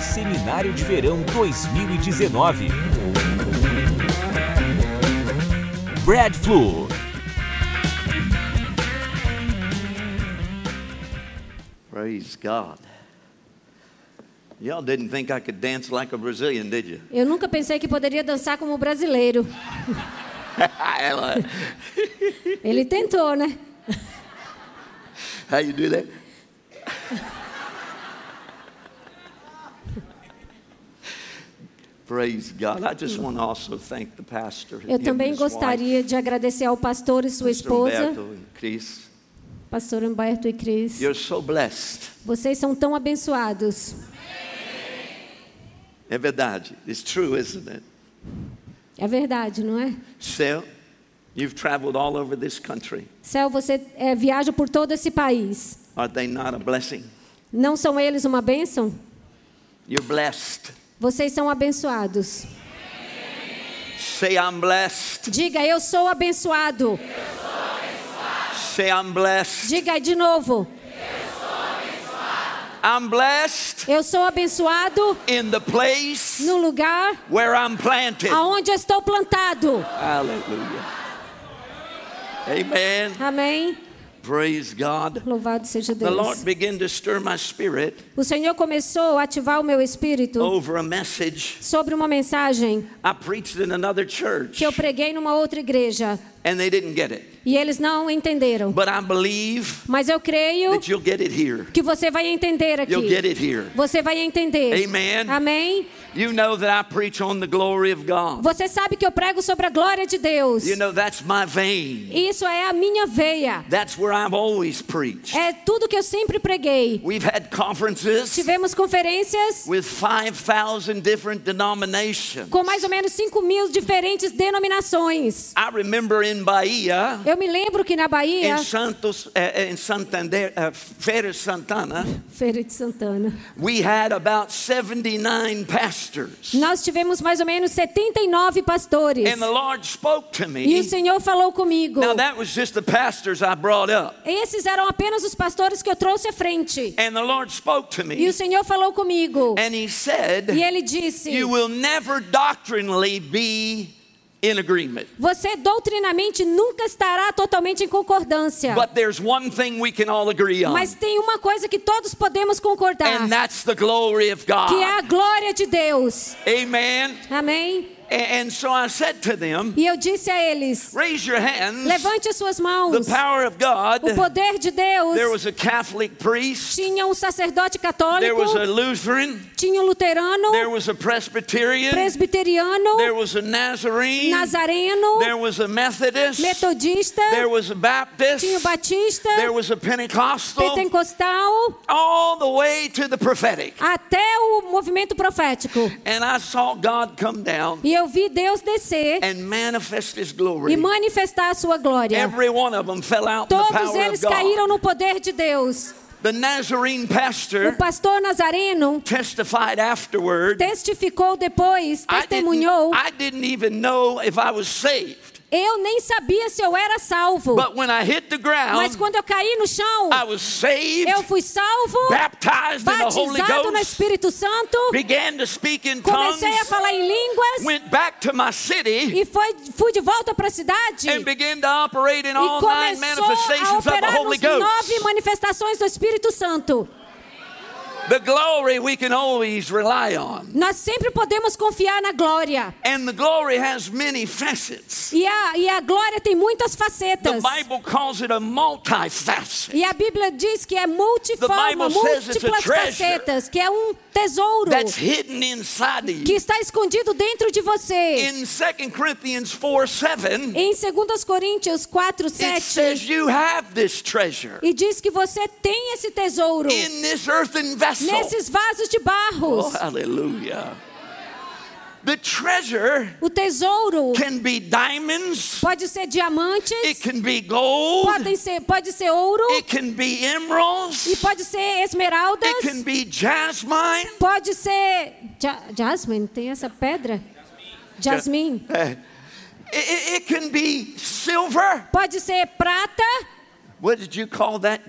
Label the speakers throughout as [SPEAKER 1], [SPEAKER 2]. [SPEAKER 1] Seminário de Verão 2019. Brad Flu.
[SPEAKER 2] Praise God. Y'all didn't think I could dance like a Brazilian, did you?
[SPEAKER 3] Eu nunca pensei que poderia dançar como brasileiro.
[SPEAKER 2] Ela-
[SPEAKER 3] Ele tentou, né?
[SPEAKER 2] How you do that? Praise God. I just want to also thank the pastor.
[SPEAKER 3] Eu
[SPEAKER 2] him and
[SPEAKER 3] também
[SPEAKER 2] his wife,
[SPEAKER 3] gostaria de agradecer ao pastor e sua
[SPEAKER 2] Mr.
[SPEAKER 3] esposa,
[SPEAKER 2] Humberto and Chris.
[SPEAKER 3] pastor Humberto e Cris.
[SPEAKER 2] You're so blessed.
[SPEAKER 3] Vocês são tão abençoados.
[SPEAKER 2] É verdade. It's true, isn't it?
[SPEAKER 3] É verdade, não é?
[SPEAKER 2] So, you've traveled all over this country.
[SPEAKER 3] Céu, você eh, viaja por todo esse país.
[SPEAKER 2] Are they not a blessing?
[SPEAKER 3] Não são eles uma bênção?
[SPEAKER 2] You're blessed.
[SPEAKER 3] Vocês são abençoados.
[SPEAKER 2] Say, I'm blessed.
[SPEAKER 3] Diga, eu sou abençoado.
[SPEAKER 2] Say, I'm blessed.
[SPEAKER 3] Diga de novo,
[SPEAKER 2] I'm blessed
[SPEAKER 3] eu sou abençoado
[SPEAKER 2] in the place
[SPEAKER 3] no lugar
[SPEAKER 2] where I'm planted.
[SPEAKER 3] aonde eu estou plantado.
[SPEAKER 2] Hallelujah. Amen.
[SPEAKER 3] Amém.
[SPEAKER 2] Praise God.
[SPEAKER 3] Louvado seja
[SPEAKER 2] The
[SPEAKER 3] Deus.
[SPEAKER 2] Lord began to stir my spirit
[SPEAKER 3] O Senhor começou a ativar o meu espírito
[SPEAKER 2] over a message
[SPEAKER 3] sobre uma mensagem
[SPEAKER 2] I preached in another church,
[SPEAKER 3] que eu preguei numa outra igreja
[SPEAKER 2] and they didn't get it.
[SPEAKER 3] e eles não entenderam.
[SPEAKER 2] But I believe
[SPEAKER 3] Mas eu creio
[SPEAKER 2] that you'll get it here.
[SPEAKER 3] que você vai entender aqui.
[SPEAKER 2] You'll get it here.
[SPEAKER 3] Você vai entender.
[SPEAKER 2] Amen.
[SPEAKER 3] Amém.
[SPEAKER 2] You know that I preach on the glory of God.
[SPEAKER 3] Você sabe que eu prego sobre a glória de Deus.
[SPEAKER 2] You know that's my vein.
[SPEAKER 3] Isso é a minha veia.
[SPEAKER 2] That's where I've always preached.
[SPEAKER 3] É tudo que eu sempre preguei.
[SPEAKER 2] We've had conferences
[SPEAKER 3] Tivemos conferências
[SPEAKER 2] with 5,000 different denominations.
[SPEAKER 3] com mais ou menos 5 mil diferentes denominações.
[SPEAKER 2] I remember in Bahia,
[SPEAKER 3] Eu me lembro que na Bahia,
[SPEAKER 2] in Santos, uh, in Santander, uh, Feira Santana,
[SPEAKER 3] Feira de Santana,
[SPEAKER 2] we had about 79 pastors.
[SPEAKER 3] nós tivemos mais ou menos 79 pastores.
[SPEAKER 2] And the Lord spoke to
[SPEAKER 3] E o
[SPEAKER 2] me.
[SPEAKER 3] Senhor falou comigo.
[SPEAKER 2] Now, that was just the pastors I brought up.
[SPEAKER 3] Esses eram apenas os pastores que eu trouxe à frente.
[SPEAKER 2] And the Lord spoke to
[SPEAKER 3] E
[SPEAKER 2] me.
[SPEAKER 3] o Senhor falou comigo.
[SPEAKER 2] And He said,
[SPEAKER 3] E ele disse:
[SPEAKER 2] You will never doctrinally be in agreement.
[SPEAKER 3] Você doutrinamente nunca estará totalmente em concordância.
[SPEAKER 2] But there's one thing we can all agree on,
[SPEAKER 3] Mas tem uma coisa que todos podemos concordar:
[SPEAKER 2] and that's the glory of
[SPEAKER 3] que é
[SPEAKER 2] God.
[SPEAKER 3] a glória de Deus.
[SPEAKER 2] Amen.
[SPEAKER 3] Amém?
[SPEAKER 2] A- And so I said to them,
[SPEAKER 3] E eu disse a eles:
[SPEAKER 2] Raise your hands.
[SPEAKER 3] Levante as suas
[SPEAKER 2] The
[SPEAKER 3] mãos.
[SPEAKER 2] power of God.
[SPEAKER 3] O poder de Deus.
[SPEAKER 2] There was a Catholic priest.
[SPEAKER 3] Tinha um sacerdote
[SPEAKER 2] There
[SPEAKER 3] católico,
[SPEAKER 2] was a Lutheran.
[SPEAKER 3] tinha um luterano,
[SPEAKER 2] There was a Presbyterian.
[SPEAKER 3] presbiteriano,
[SPEAKER 2] There was a Nazarene.
[SPEAKER 3] nazareno,
[SPEAKER 2] There was a Methodist.
[SPEAKER 3] metodista,
[SPEAKER 2] There was a
[SPEAKER 3] tinha o
[SPEAKER 2] Baptist.
[SPEAKER 3] batista,
[SPEAKER 2] There was a Pentecostal. Ah.
[SPEAKER 3] pentecostal,
[SPEAKER 2] All the way to the prophetic.
[SPEAKER 3] até o movimento profético.
[SPEAKER 2] And I saw God come down
[SPEAKER 3] E eu vi Deus descer
[SPEAKER 2] and manifest His
[SPEAKER 3] e
[SPEAKER 2] glory.
[SPEAKER 3] manifestar a sua glória.
[SPEAKER 2] Every one of them fell out in the
[SPEAKER 3] Todos
[SPEAKER 2] power
[SPEAKER 3] eles
[SPEAKER 2] of
[SPEAKER 3] caíram
[SPEAKER 2] God.
[SPEAKER 3] no poder de Deus.
[SPEAKER 2] The Nazarene
[SPEAKER 3] O
[SPEAKER 2] pastor
[SPEAKER 3] pastor Nazareno
[SPEAKER 2] testified afterward.
[SPEAKER 3] testificou depois,
[SPEAKER 2] I didn't,
[SPEAKER 3] testemunhou.
[SPEAKER 2] I didn't even know if I was saved.
[SPEAKER 3] Eu nem sabia se eu era salvo.
[SPEAKER 2] But when I hit the
[SPEAKER 3] Oh.
[SPEAKER 2] ground,
[SPEAKER 3] Mas quando eu caí no chão,
[SPEAKER 2] I was saved,
[SPEAKER 3] eu fui salvo,
[SPEAKER 2] baptized in the Holy
[SPEAKER 3] batizado no
[SPEAKER 2] Ghost,
[SPEAKER 3] Espírito Santo,
[SPEAKER 2] began to speak in tongues,
[SPEAKER 3] comecei a falar em línguas
[SPEAKER 2] went back to my city,
[SPEAKER 3] e foi, fui de volta para a cidade.
[SPEAKER 2] and began to operate in
[SPEAKER 3] E
[SPEAKER 2] all nine
[SPEAKER 3] começou a
[SPEAKER 2] manifestations of the
[SPEAKER 3] operar
[SPEAKER 2] Holy
[SPEAKER 3] nos
[SPEAKER 2] Ghost.
[SPEAKER 3] nove manifestações do Espírito Santo.
[SPEAKER 2] The glory we can always rely on.
[SPEAKER 3] Nós sempre podemos confiar na glória.
[SPEAKER 2] And the glory has many facets.
[SPEAKER 3] E a, e a glória tem muitas
[SPEAKER 2] The
[SPEAKER 3] facetas.
[SPEAKER 2] Bible calls it a multifaceted
[SPEAKER 3] E a Bíblia diz que é
[SPEAKER 2] The
[SPEAKER 3] multiforme,
[SPEAKER 2] Bible says it's a
[SPEAKER 3] múltiplas
[SPEAKER 2] treasure.
[SPEAKER 3] facetas, que é um tesouro
[SPEAKER 2] that's hidden inside of
[SPEAKER 3] que
[SPEAKER 2] you.
[SPEAKER 3] está escondido dentro de você.
[SPEAKER 2] In 2 Corinthians 4 7,
[SPEAKER 3] Em 2 Coríntios 4,
[SPEAKER 2] It
[SPEAKER 3] 7,
[SPEAKER 2] says you have this treasure
[SPEAKER 3] e diz que você tem esse tesouro
[SPEAKER 2] in this earthen vessel.
[SPEAKER 3] nesses vasos de barros.
[SPEAKER 2] Oh, hallelujah. The treasure
[SPEAKER 3] O tesouro
[SPEAKER 2] Oh, can be diamonds,
[SPEAKER 3] pode ser diamantes,
[SPEAKER 2] it can be gold,
[SPEAKER 3] podem ser, pode ser ouro,
[SPEAKER 2] it can be emeralds,
[SPEAKER 3] e pode ser esmeraldas,
[SPEAKER 2] it can be jasmine.
[SPEAKER 3] pode ser. Ja Jasmine, tem essa pedra? Jasmine.
[SPEAKER 2] Eh, It, it can be silver.
[SPEAKER 3] Pode ser prata.
[SPEAKER 2] What did you call that?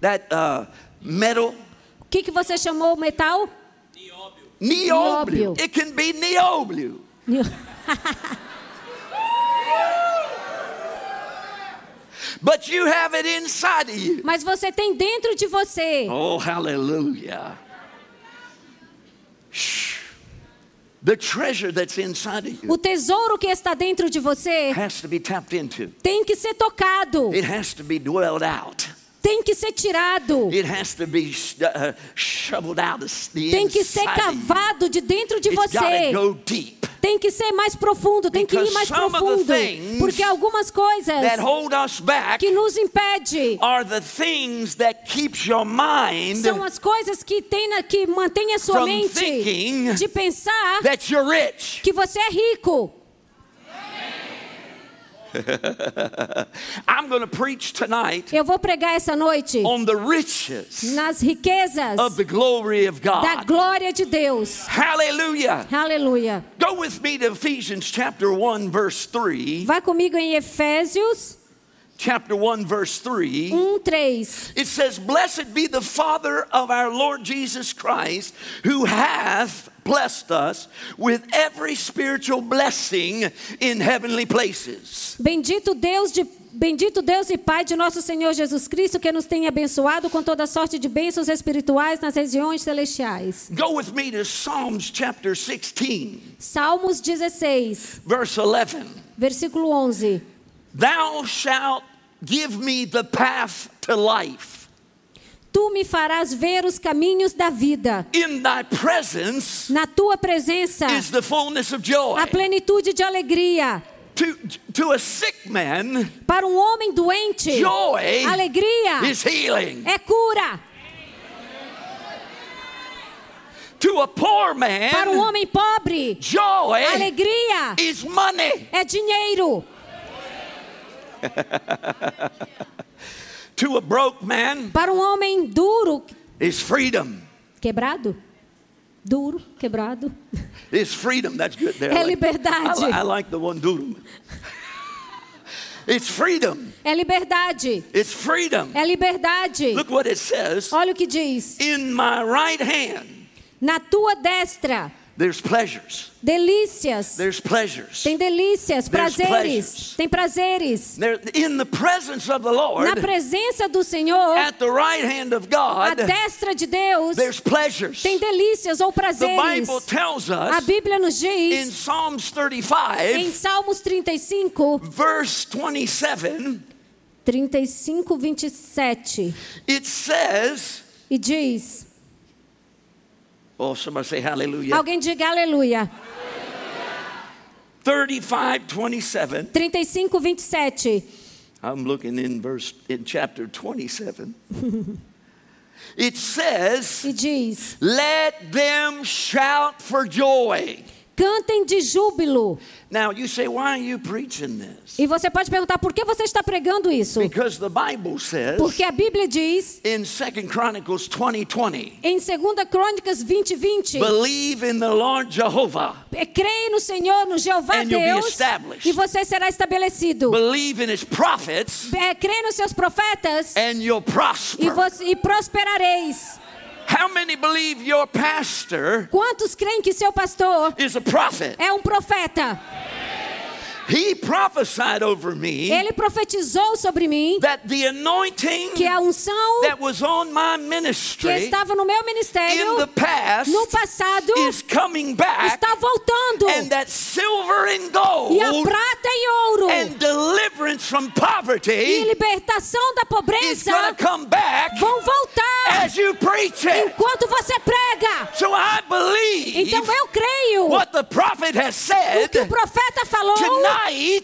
[SPEAKER 2] That uh, metal?
[SPEAKER 3] O que, que você chamou o metal?
[SPEAKER 2] Nióbio.
[SPEAKER 3] Nióbio.
[SPEAKER 2] It can be nióbio. But you have it inside of you.
[SPEAKER 3] Mas você tem dentro de você.
[SPEAKER 2] Oh, hallelujah. Shh. The treasure that's inside of you
[SPEAKER 3] O tesouro que está dentro de você
[SPEAKER 2] has to be tapped into.
[SPEAKER 3] tem que ser tocado,
[SPEAKER 2] É. It has to be dwelled out.
[SPEAKER 3] tem que ser tirado,
[SPEAKER 2] It has to be uh, shoveled out of the
[SPEAKER 3] tem que ser
[SPEAKER 2] inside of you.
[SPEAKER 3] cavado de dentro de
[SPEAKER 2] It's got to
[SPEAKER 3] você.
[SPEAKER 2] go deep.
[SPEAKER 3] Tem que ser mais profundo, tem que ir
[SPEAKER 2] Because
[SPEAKER 3] mais
[SPEAKER 2] some of the
[SPEAKER 3] profundo.
[SPEAKER 2] things
[SPEAKER 3] Porque algumas coisas
[SPEAKER 2] That hold us back
[SPEAKER 3] que nos impede
[SPEAKER 2] are the things that keeps your mind
[SPEAKER 3] são as coisas que tem na, que mantém a sua
[SPEAKER 2] From
[SPEAKER 3] mente
[SPEAKER 2] thinking
[SPEAKER 3] de pensar
[SPEAKER 2] that you're rich.
[SPEAKER 3] que você é rico.
[SPEAKER 2] I'm going to preach tonight
[SPEAKER 3] Eu vou pregar essa noite
[SPEAKER 2] on the riches
[SPEAKER 3] nas riquezas
[SPEAKER 2] of the glory of
[SPEAKER 3] da
[SPEAKER 2] God.
[SPEAKER 3] glória de Deus.
[SPEAKER 2] Hallelujah.
[SPEAKER 3] Aleluia.
[SPEAKER 2] Go with me to Ephesians chapter 1 verse 3.
[SPEAKER 3] Vá comigo em Efésios
[SPEAKER 2] Chapter 1 verse 3.
[SPEAKER 3] 1, 3.
[SPEAKER 2] It says, Blessed be the Father of our Lord Jesus Christ, who hath blessed us with every spiritual blessing in heavenly places.
[SPEAKER 3] Bendito Deus de Bendito Deus e Pai de nosso Senhor Jesus Cristo, que nos tem abençoado com toda sorte de bênçãos espirituais nas regiões celestiais.
[SPEAKER 2] Go with me to Psalms chapter 16,
[SPEAKER 3] Salmos 16,
[SPEAKER 2] verse 11.
[SPEAKER 3] versículo 11.
[SPEAKER 2] Thou shalt give me the path to life.
[SPEAKER 3] Tu me farás ver os caminhos da vida.
[SPEAKER 2] In thy presence
[SPEAKER 3] Na tua presença,
[SPEAKER 2] is the fullness of joy.
[SPEAKER 3] a plenitude de alegria.
[SPEAKER 2] To, to a sick man,
[SPEAKER 3] Para um homem doente,
[SPEAKER 2] joy
[SPEAKER 3] alegria
[SPEAKER 2] is healing.
[SPEAKER 3] é cura.
[SPEAKER 2] To a poor
[SPEAKER 3] Para um
[SPEAKER 2] man,
[SPEAKER 3] homem pobre,
[SPEAKER 2] joy
[SPEAKER 3] alegria
[SPEAKER 2] is money.
[SPEAKER 3] é dinheiro.
[SPEAKER 2] To a broke man
[SPEAKER 3] Para um homem duro,
[SPEAKER 2] is freedom.
[SPEAKER 3] quebrado, duro, quebrado,
[SPEAKER 2] Is freedom. That's good there.
[SPEAKER 3] É
[SPEAKER 2] I like-
[SPEAKER 3] liberdade.
[SPEAKER 2] I, li- I like the one durum. It's freedom.
[SPEAKER 3] é liberdade.
[SPEAKER 2] It's freedom.
[SPEAKER 3] É liberdade.
[SPEAKER 2] Look what it says.
[SPEAKER 3] Olha o que diz.
[SPEAKER 2] In my right hand,
[SPEAKER 3] Na tua destra,
[SPEAKER 2] there's pleasures.
[SPEAKER 3] delícias.
[SPEAKER 2] There's pleasures.
[SPEAKER 3] Tem delícias,
[SPEAKER 2] There's
[SPEAKER 3] prazeres.
[SPEAKER 2] pleasures.
[SPEAKER 3] Tem prazeres.
[SPEAKER 2] There, in the presence of the
[SPEAKER 3] Na
[SPEAKER 2] Lord,
[SPEAKER 3] presença do Senhor,
[SPEAKER 2] at the right hand of
[SPEAKER 3] a
[SPEAKER 2] God,
[SPEAKER 3] destra de Deus,
[SPEAKER 2] there's pleasures.
[SPEAKER 3] tem delícias ou
[SPEAKER 2] The
[SPEAKER 3] prazeres.
[SPEAKER 2] Bible tells
[SPEAKER 3] A
[SPEAKER 2] us
[SPEAKER 3] Bíblia nos
[SPEAKER 2] in
[SPEAKER 3] diz,
[SPEAKER 2] Psalms
[SPEAKER 3] em
[SPEAKER 2] 35,
[SPEAKER 3] Salmos 35,
[SPEAKER 2] verse 27,
[SPEAKER 3] 35, 27,
[SPEAKER 2] it says,
[SPEAKER 3] e diz:
[SPEAKER 2] Oh, somebody say hallelujah.
[SPEAKER 3] Alguém diga aleluia.
[SPEAKER 2] 35, 27.
[SPEAKER 3] 35, 27.
[SPEAKER 2] I'm looking in verse in chapter 27. it says,
[SPEAKER 3] E diz:
[SPEAKER 2] Let them shout for joy.
[SPEAKER 3] Cantem de júbilo.
[SPEAKER 2] Now you say, Why are you preaching this?
[SPEAKER 3] E você pode perguntar por que você está pregando isso?
[SPEAKER 2] Because the Bible says
[SPEAKER 3] Porque a Bíblia diz
[SPEAKER 2] in Second Chronicles 20 20,
[SPEAKER 3] em 2 Crônicas 20, 20:
[SPEAKER 2] believe in the Lord Jehovah,
[SPEAKER 3] Creia no Senhor, no Jeová
[SPEAKER 2] And you'll be
[SPEAKER 3] Deus,
[SPEAKER 2] established.
[SPEAKER 3] e você será estabelecido.
[SPEAKER 2] believe in his prophets,
[SPEAKER 3] É, Creia nos seus profetas,
[SPEAKER 2] and you'll
[SPEAKER 3] e,
[SPEAKER 2] prosper.
[SPEAKER 3] você- e prosperareis.
[SPEAKER 2] How many believe your pastor
[SPEAKER 3] Quantos creem que seu pastor
[SPEAKER 2] is a prophet?
[SPEAKER 3] é um profeta?
[SPEAKER 2] He prophesied over me
[SPEAKER 3] Ele profetizou sobre mim
[SPEAKER 2] that the anointing
[SPEAKER 3] que a unção
[SPEAKER 2] that was on my
[SPEAKER 3] que
[SPEAKER 2] ministry
[SPEAKER 3] estava no meu
[SPEAKER 2] in the
[SPEAKER 3] ministério
[SPEAKER 2] past
[SPEAKER 3] no passado
[SPEAKER 2] is coming back,
[SPEAKER 3] está voltando.
[SPEAKER 2] and that silver and
[SPEAKER 3] E a
[SPEAKER 2] gold
[SPEAKER 3] prata e ouro
[SPEAKER 2] and deliverance from
[SPEAKER 3] e
[SPEAKER 2] poverty
[SPEAKER 3] libertação da
[SPEAKER 2] is
[SPEAKER 3] pobreza
[SPEAKER 2] going to come back
[SPEAKER 3] vão voltar
[SPEAKER 2] as you preach it.
[SPEAKER 3] enquanto você prega.
[SPEAKER 2] So I
[SPEAKER 3] Então
[SPEAKER 2] believe
[SPEAKER 3] eu creio
[SPEAKER 2] what the prophet has said
[SPEAKER 3] o que o profeta falou
[SPEAKER 2] tonight.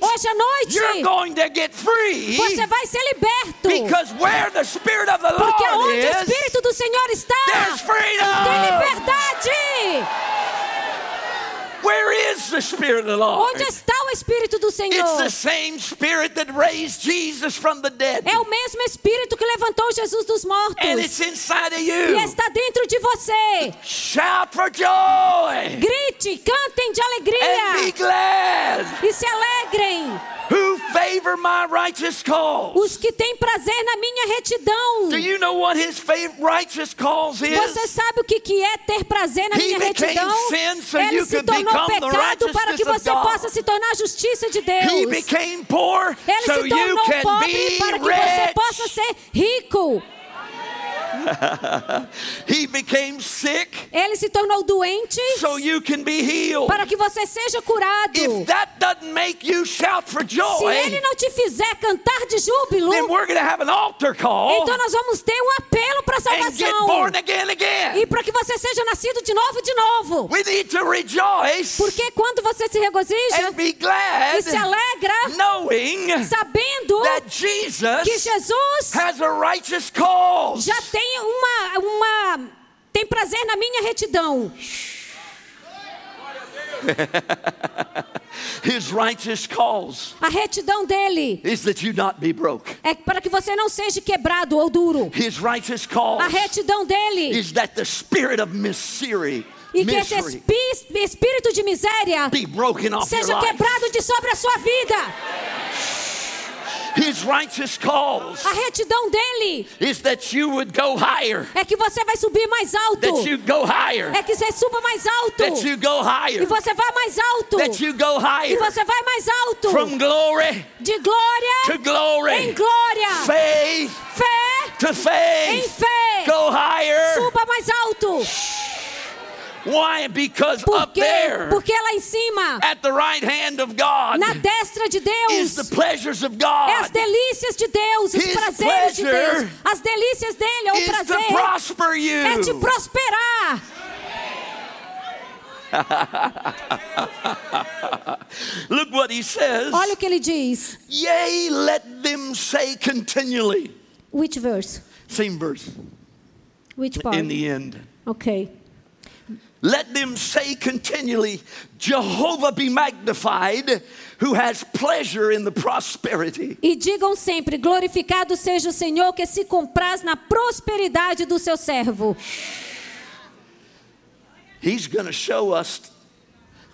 [SPEAKER 3] hoje à
[SPEAKER 2] You're
[SPEAKER 3] noite.
[SPEAKER 2] going to get free
[SPEAKER 3] Você vai ser liberto.
[SPEAKER 2] because where the Spirit of the
[SPEAKER 3] Porque
[SPEAKER 2] Lord
[SPEAKER 3] onde o
[SPEAKER 2] is,
[SPEAKER 3] Espírito do Senhor
[SPEAKER 2] there's
[SPEAKER 3] está, tem
[SPEAKER 2] freedom.
[SPEAKER 3] liberdade.
[SPEAKER 2] Where is the Spirit of the Lord?
[SPEAKER 3] Onde está o Espírito do
[SPEAKER 2] It's
[SPEAKER 3] Senhor?
[SPEAKER 2] the same Spirit that raised Jesus from the dead,
[SPEAKER 3] É o mesmo Espírito que levantou Jesus dos
[SPEAKER 2] and
[SPEAKER 3] mortos.
[SPEAKER 2] it's inside of
[SPEAKER 3] E
[SPEAKER 2] you.
[SPEAKER 3] está dentro de você.
[SPEAKER 2] Shout for joy
[SPEAKER 3] Grite, cantem de
[SPEAKER 2] and be
[SPEAKER 3] alegria
[SPEAKER 2] glad.
[SPEAKER 3] e se alegrem.
[SPEAKER 2] who favor my righteous cause.
[SPEAKER 3] Os que têm prazer na minha retidão.
[SPEAKER 2] Do you know what his fav- righteous cause
[SPEAKER 3] Você
[SPEAKER 2] is?
[SPEAKER 3] sabe o que que é ter prazer na
[SPEAKER 2] He
[SPEAKER 3] minha
[SPEAKER 2] became
[SPEAKER 3] retidão?
[SPEAKER 2] sin so
[SPEAKER 3] Ele
[SPEAKER 2] you
[SPEAKER 3] se
[SPEAKER 2] could
[SPEAKER 3] tornou
[SPEAKER 2] become the
[SPEAKER 3] pecado para que
[SPEAKER 2] righteousness
[SPEAKER 3] você
[SPEAKER 2] of God.
[SPEAKER 3] possa se tornar a justiça de
[SPEAKER 2] He
[SPEAKER 3] Deus.
[SPEAKER 2] became poor
[SPEAKER 3] Ele
[SPEAKER 2] so
[SPEAKER 3] se
[SPEAKER 2] you
[SPEAKER 3] tornou
[SPEAKER 2] can
[SPEAKER 3] pobre para
[SPEAKER 2] be
[SPEAKER 3] que você possa
[SPEAKER 2] rich.
[SPEAKER 3] ser rico.
[SPEAKER 2] He became sick
[SPEAKER 3] Ele se tornou doente
[SPEAKER 2] so you can be healed.
[SPEAKER 3] para que você seja curado.
[SPEAKER 2] If that doesn't make you shout for
[SPEAKER 3] Se
[SPEAKER 2] joy,
[SPEAKER 3] ele não te fizer cantar de júbilo,
[SPEAKER 2] then we're going to have an altar call
[SPEAKER 3] então nós vamos ter um apelo para a
[SPEAKER 2] and get
[SPEAKER 3] salvação.
[SPEAKER 2] born again again.
[SPEAKER 3] E para que você seja nascido de novo de novo.
[SPEAKER 2] We need to rejoice
[SPEAKER 3] Porque quando você se regozija
[SPEAKER 2] and be
[SPEAKER 3] e se
[SPEAKER 2] glad
[SPEAKER 3] alegra,
[SPEAKER 2] knowing
[SPEAKER 3] sabendo
[SPEAKER 2] that
[SPEAKER 3] que
[SPEAKER 2] Jesus
[SPEAKER 3] Jesus
[SPEAKER 2] has a righteous cause.
[SPEAKER 3] já tem uma, uma tem prazer na minha retidão.
[SPEAKER 2] His righteous cause
[SPEAKER 3] A retidão dele
[SPEAKER 2] is that you not be broke.
[SPEAKER 3] é para que você não seja quebrado ou duro.
[SPEAKER 2] His righteous
[SPEAKER 3] A
[SPEAKER 2] cause
[SPEAKER 3] retidão dele
[SPEAKER 2] is that the spirit of misery,
[SPEAKER 3] e que esse
[SPEAKER 2] misery
[SPEAKER 3] espi- espírito de miséria
[SPEAKER 2] be broken off your
[SPEAKER 3] seja
[SPEAKER 2] life.
[SPEAKER 3] quebrado de sobre a sua vida.
[SPEAKER 2] His righteous cause
[SPEAKER 3] A retidão dele
[SPEAKER 2] is that you would go higher,
[SPEAKER 3] é que você vai subir mais alto.
[SPEAKER 2] that you go higher,
[SPEAKER 3] É que você suba mais alto.
[SPEAKER 2] that you go
[SPEAKER 3] E
[SPEAKER 2] higher,
[SPEAKER 3] você vai mais alto.
[SPEAKER 2] that you go
[SPEAKER 3] E
[SPEAKER 2] higher
[SPEAKER 3] você vai mais alto.
[SPEAKER 2] from glory
[SPEAKER 3] De
[SPEAKER 2] to
[SPEAKER 3] glória em
[SPEAKER 2] glory,
[SPEAKER 3] glória.
[SPEAKER 2] faith
[SPEAKER 3] Fé
[SPEAKER 2] to
[SPEAKER 3] em
[SPEAKER 2] faith.
[SPEAKER 3] fé.
[SPEAKER 2] Go higher.
[SPEAKER 3] Suba mais alto.
[SPEAKER 2] Why? Because
[SPEAKER 3] Por
[SPEAKER 2] up
[SPEAKER 3] quê?
[SPEAKER 2] there,
[SPEAKER 3] Porque lá em cima,
[SPEAKER 2] at the right hand of God,
[SPEAKER 3] na destra de
[SPEAKER 2] is the
[SPEAKER 3] Deus,
[SPEAKER 2] pleasures of
[SPEAKER 3] é as
[SPEAKER 2] God.
[SPEAKER 3] delícias de Deus, os
[SPEAKER 2] His
[SPEAKER 3] prazeres de
[SPEAKER 2] pleasure
[SPEAKER 3] Deus. As delícias dele é o
[SPEAKER 2] Is to
[SPEAKER 3] prazer.
[SPEAKER 2] prosper
[SPEAKER 3] É te
[SPEAKER 2] you.
[SPEAKER 3] prosperar.
[SPEAKER 2] Look what he says.
[SPEAKER 3] Olha o que ele diz.
[SPEAKER 2] Yea, let them say continually.
[SPEAKER 3] Which verse?
[SPEAKER 2] Same verse
[SPEAKER 3] Which
[SPEAKER 2] in
[SPEAKER 3] part?
[SPEAKER 2] the end.
[SPEAKER 3] Ok.
[SPEAKER 2] Let them say continually, Jehovah be magnified, who has pleasure in the prosperity.
[SPEAKER 3] E digam sempre: glorificado seja o Senhor que se compraz na prosperidade do seu servo.
[SPEAKER 2] He's going to show us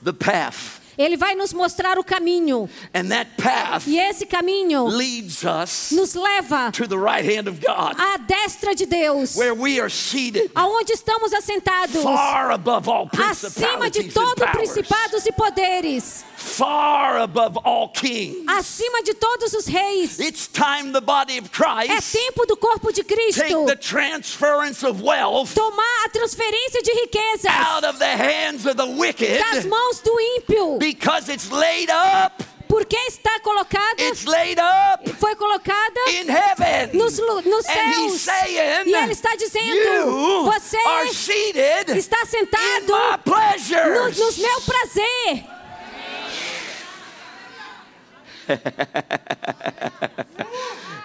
[SPEAKER 2] the path.
[SPEAKER 3] Ele vai nos mostrar o caminho.
[SPEAKER 2] And that path
[SPEAKER 3] E esse caminho
[SPEAKER 2] leads us
[SPEAKER 3] nos leva
[SPEAKER 2] to the right hand of God,
[SPEAKER 3] à destra de Deus,
[SPEAKER 2] where we are seated
[SPEAKER 3] aonde estamos assentados,
[SPEAKER 2] far above all
[SPEAKER 3] acima
[SPEAKER 2] principalities
[SPEAKER 3] de
[SPEAKER 2] and
[SPEAKER 3] todo
[SPEAKER 2] powers,
[SPEAKER 3] principados e poderes,
[SPEAKER 2] far above all kings.
[SPEAKER 3] acima de todos os reis.
[SPEAKER 2] It's time the body of
[SPEAKER 3] É
[SPEAKER 2] Christ
[SPEAKER 3] tempo do corpo de Cristo
[SPEAKER 2] take the transference of wealth
[SPEAKER 3] tomar a transferência de riquezas
[SPEAKER 2] out of the hands of the wicked
[SPEAKER 3] das mãos do ímpio,
[SPEAKER 2] because it's laid up.
[SPEAKER 3] porque está colocada,
[SPEAKER 2] It's laid up
[SPEAKER 3] foi colocada
[SPEAKER 2] in heaven.
[SPEAKER 3] nos, lu- nos
[SPEAKER 2] and he's
[SPEAKER 3] céus.
[SPEAKER 2] saying,
[SPEAKER 3] E ele está dizendo:
[SPEAKER 2] you are
[SPEAKER 3] Você
[SPEAKER 2] seated
[SPEAKER 3] está
[SPEAKER 2] in my
[SPEAKER 3] sentado no,
[SPEAKER 2] pleasures.
[SPEAKER 3] nos meu prazer.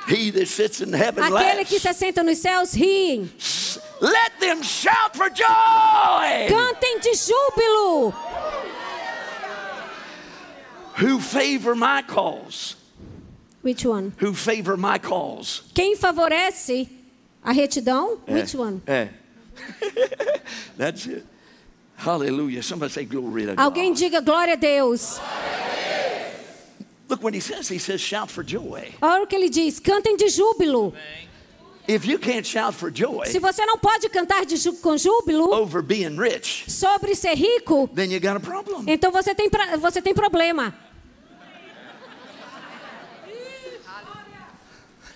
[SPEAKER 2] He that sits in heaven
[SPEAKER 3] Aquele
[SPEAKER 2] laughs.
[SPEAKER 3] que se senta nos céus riem.
[SPEAKER 2] Let them shout for joy.
[SPEAKER 3] Cantem de júbilo.
[SPEAKER 2] Who favor my cause.
[SPEAKER 3] Which one?
[SPEAKER 2] Who favor my cause.
[SPEAKER 3] Quem favorece a retidão? Which one?
[SPEAKER 2] Eh. That's it. Hallelujah. Somebody say glory to God.
[SPEAKER 3] Alguém diga glória a Deus.
[SPEAKER 2] Look what he says. He says, shout for joy.
[SPEAKER 3] Olha o que ele diz: cantem de júbilo.
[SPEAKER 2] If you can't shout for joy
[SPEAKER 3] Se você não pode cantar de jú- com júbilo
[SPEAKER 2] over being rich,
[SPEAKER 3] sobre ser rico,
[SPEAKER 2] then you got a problem.
[SPEAKER 3] então você tem, pra- você tem problema.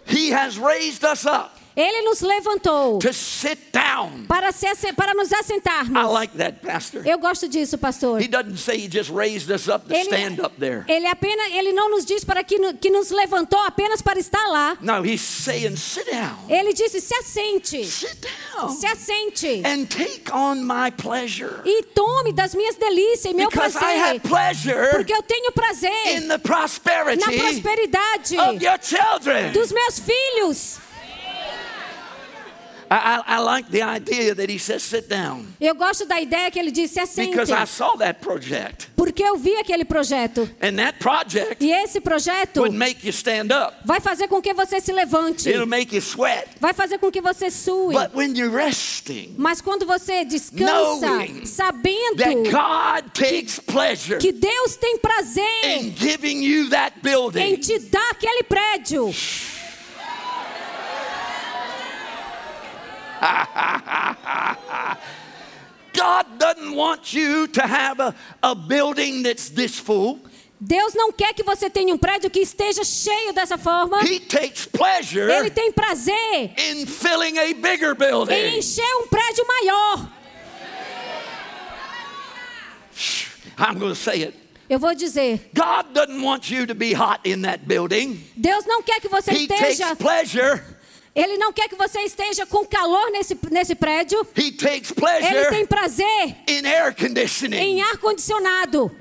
[SPEAKER 2] He has raised us up
[SPEAKER 3] Ele nos levantou
[SPEAKER 2] to sit down.
[SPEAKER 3] para, se asse- para nos assentarmos.
[SPEAKER 2] I like that, Pastor.
[SPEAKER 3] Eu gosto disso, pastor.
[SPEAKER 2] He doesn't say he just raised us up to stand up there.
[SPEAKER 3] ele apenas, ele não nos diz para que, no- que nos levantou apenas para estar lá.
[SPEAKER 2] No, he's saying, sit down.
[SPEAKER 3] Ele disse: se assente,
[SPEAKER 2] Sit down
[SPEAKER 3] se assente
[SPEAKER 2] and take on my pleasure.
[SPEAKER 3] e tome das minhas delícias e meu
[SPEAKER 2] Because I
[SPEAKER 3] prazer,
[SPEAKER 2] have pleasure
[SPEAKER 3] porque eu tenho prazer
[SPEAKER 2] in the
[SPEAKER 3] na
[SPEAKER 2] prosperity
[SPEAKER 3] prosperidade
[SPEAKER 2] of your children.
[SPEAKER 3] dos meus filhos.
[SPEAKER 2] I, I, I like the idea that he says sit down
[SPEAKER 3] Eu gosto da ideia que ele diz: se assente.
[SPEAKER 2] because I saw that project.
[SPEAKER 3] Porque eu vi aquele projeto.
[SPEAKER 2] And that project
[SPEAKER 3] E esse projeto
[SPEAKER 2] would make you stand up,
[SPEAKER 3] vai fazer com que você se levante.
[SPEAKER 2] it'll make you sweat.
[SPEAKER 3] Vai fazer com que você sue.
[SPEAKER 2] But when you're resting,
[SPEAKER 3] Mas quando você descansa,
[SPEAKER 2] Knowing that
[SPEAKER 3] sabendo
[SPEAKER 2] God takes pleasure
[SPEAKER 3] que Deus tem prazer
[SPEAKER 2] in giving you that
[SPEAKER 3] em
[SPEAKER 2] building,
[SPEAKER 3] te dar aquele prédio,
[SPEAKER 2] God doesn't want you to have a, a building that's this full.
[SPEAKER 3] Deus não quer que você tenha um prédio que esteja cheio dessa forma.
[SPEAKER 2] He takes pleasure
[SPEAKER 3] Ele tem prazer
[SPEAKER 2] in filling a bigger
[SPEAKER 3] em
[SPEAKER 2] building.
[SPEAKER 3] encher um prédio maior.
[SPEAKER 2] I'm going to say it.
[SPEAKER 3] Eu vou dizer,
[SPEAKER 2] God doesn't want you to be hot in that building.
[SPEAKER 3] Deus não quer que você
[SPEAKER 2] He takes
[SPEAKER 3] esteja,
[SPEAKER 2] pleasure.
[SPEAKER 3] Ele não quer que você esteja com calor nesse, nesse prédio.
[SPEAKER 2] He takes
[SPEAKER 3] Ele tem
[SPEAKER 2] pleasure
[SPEAKER 3] prazer
[SPEAKER 2] in air conditioning.
[SPEAKER 3] em ar condicionado.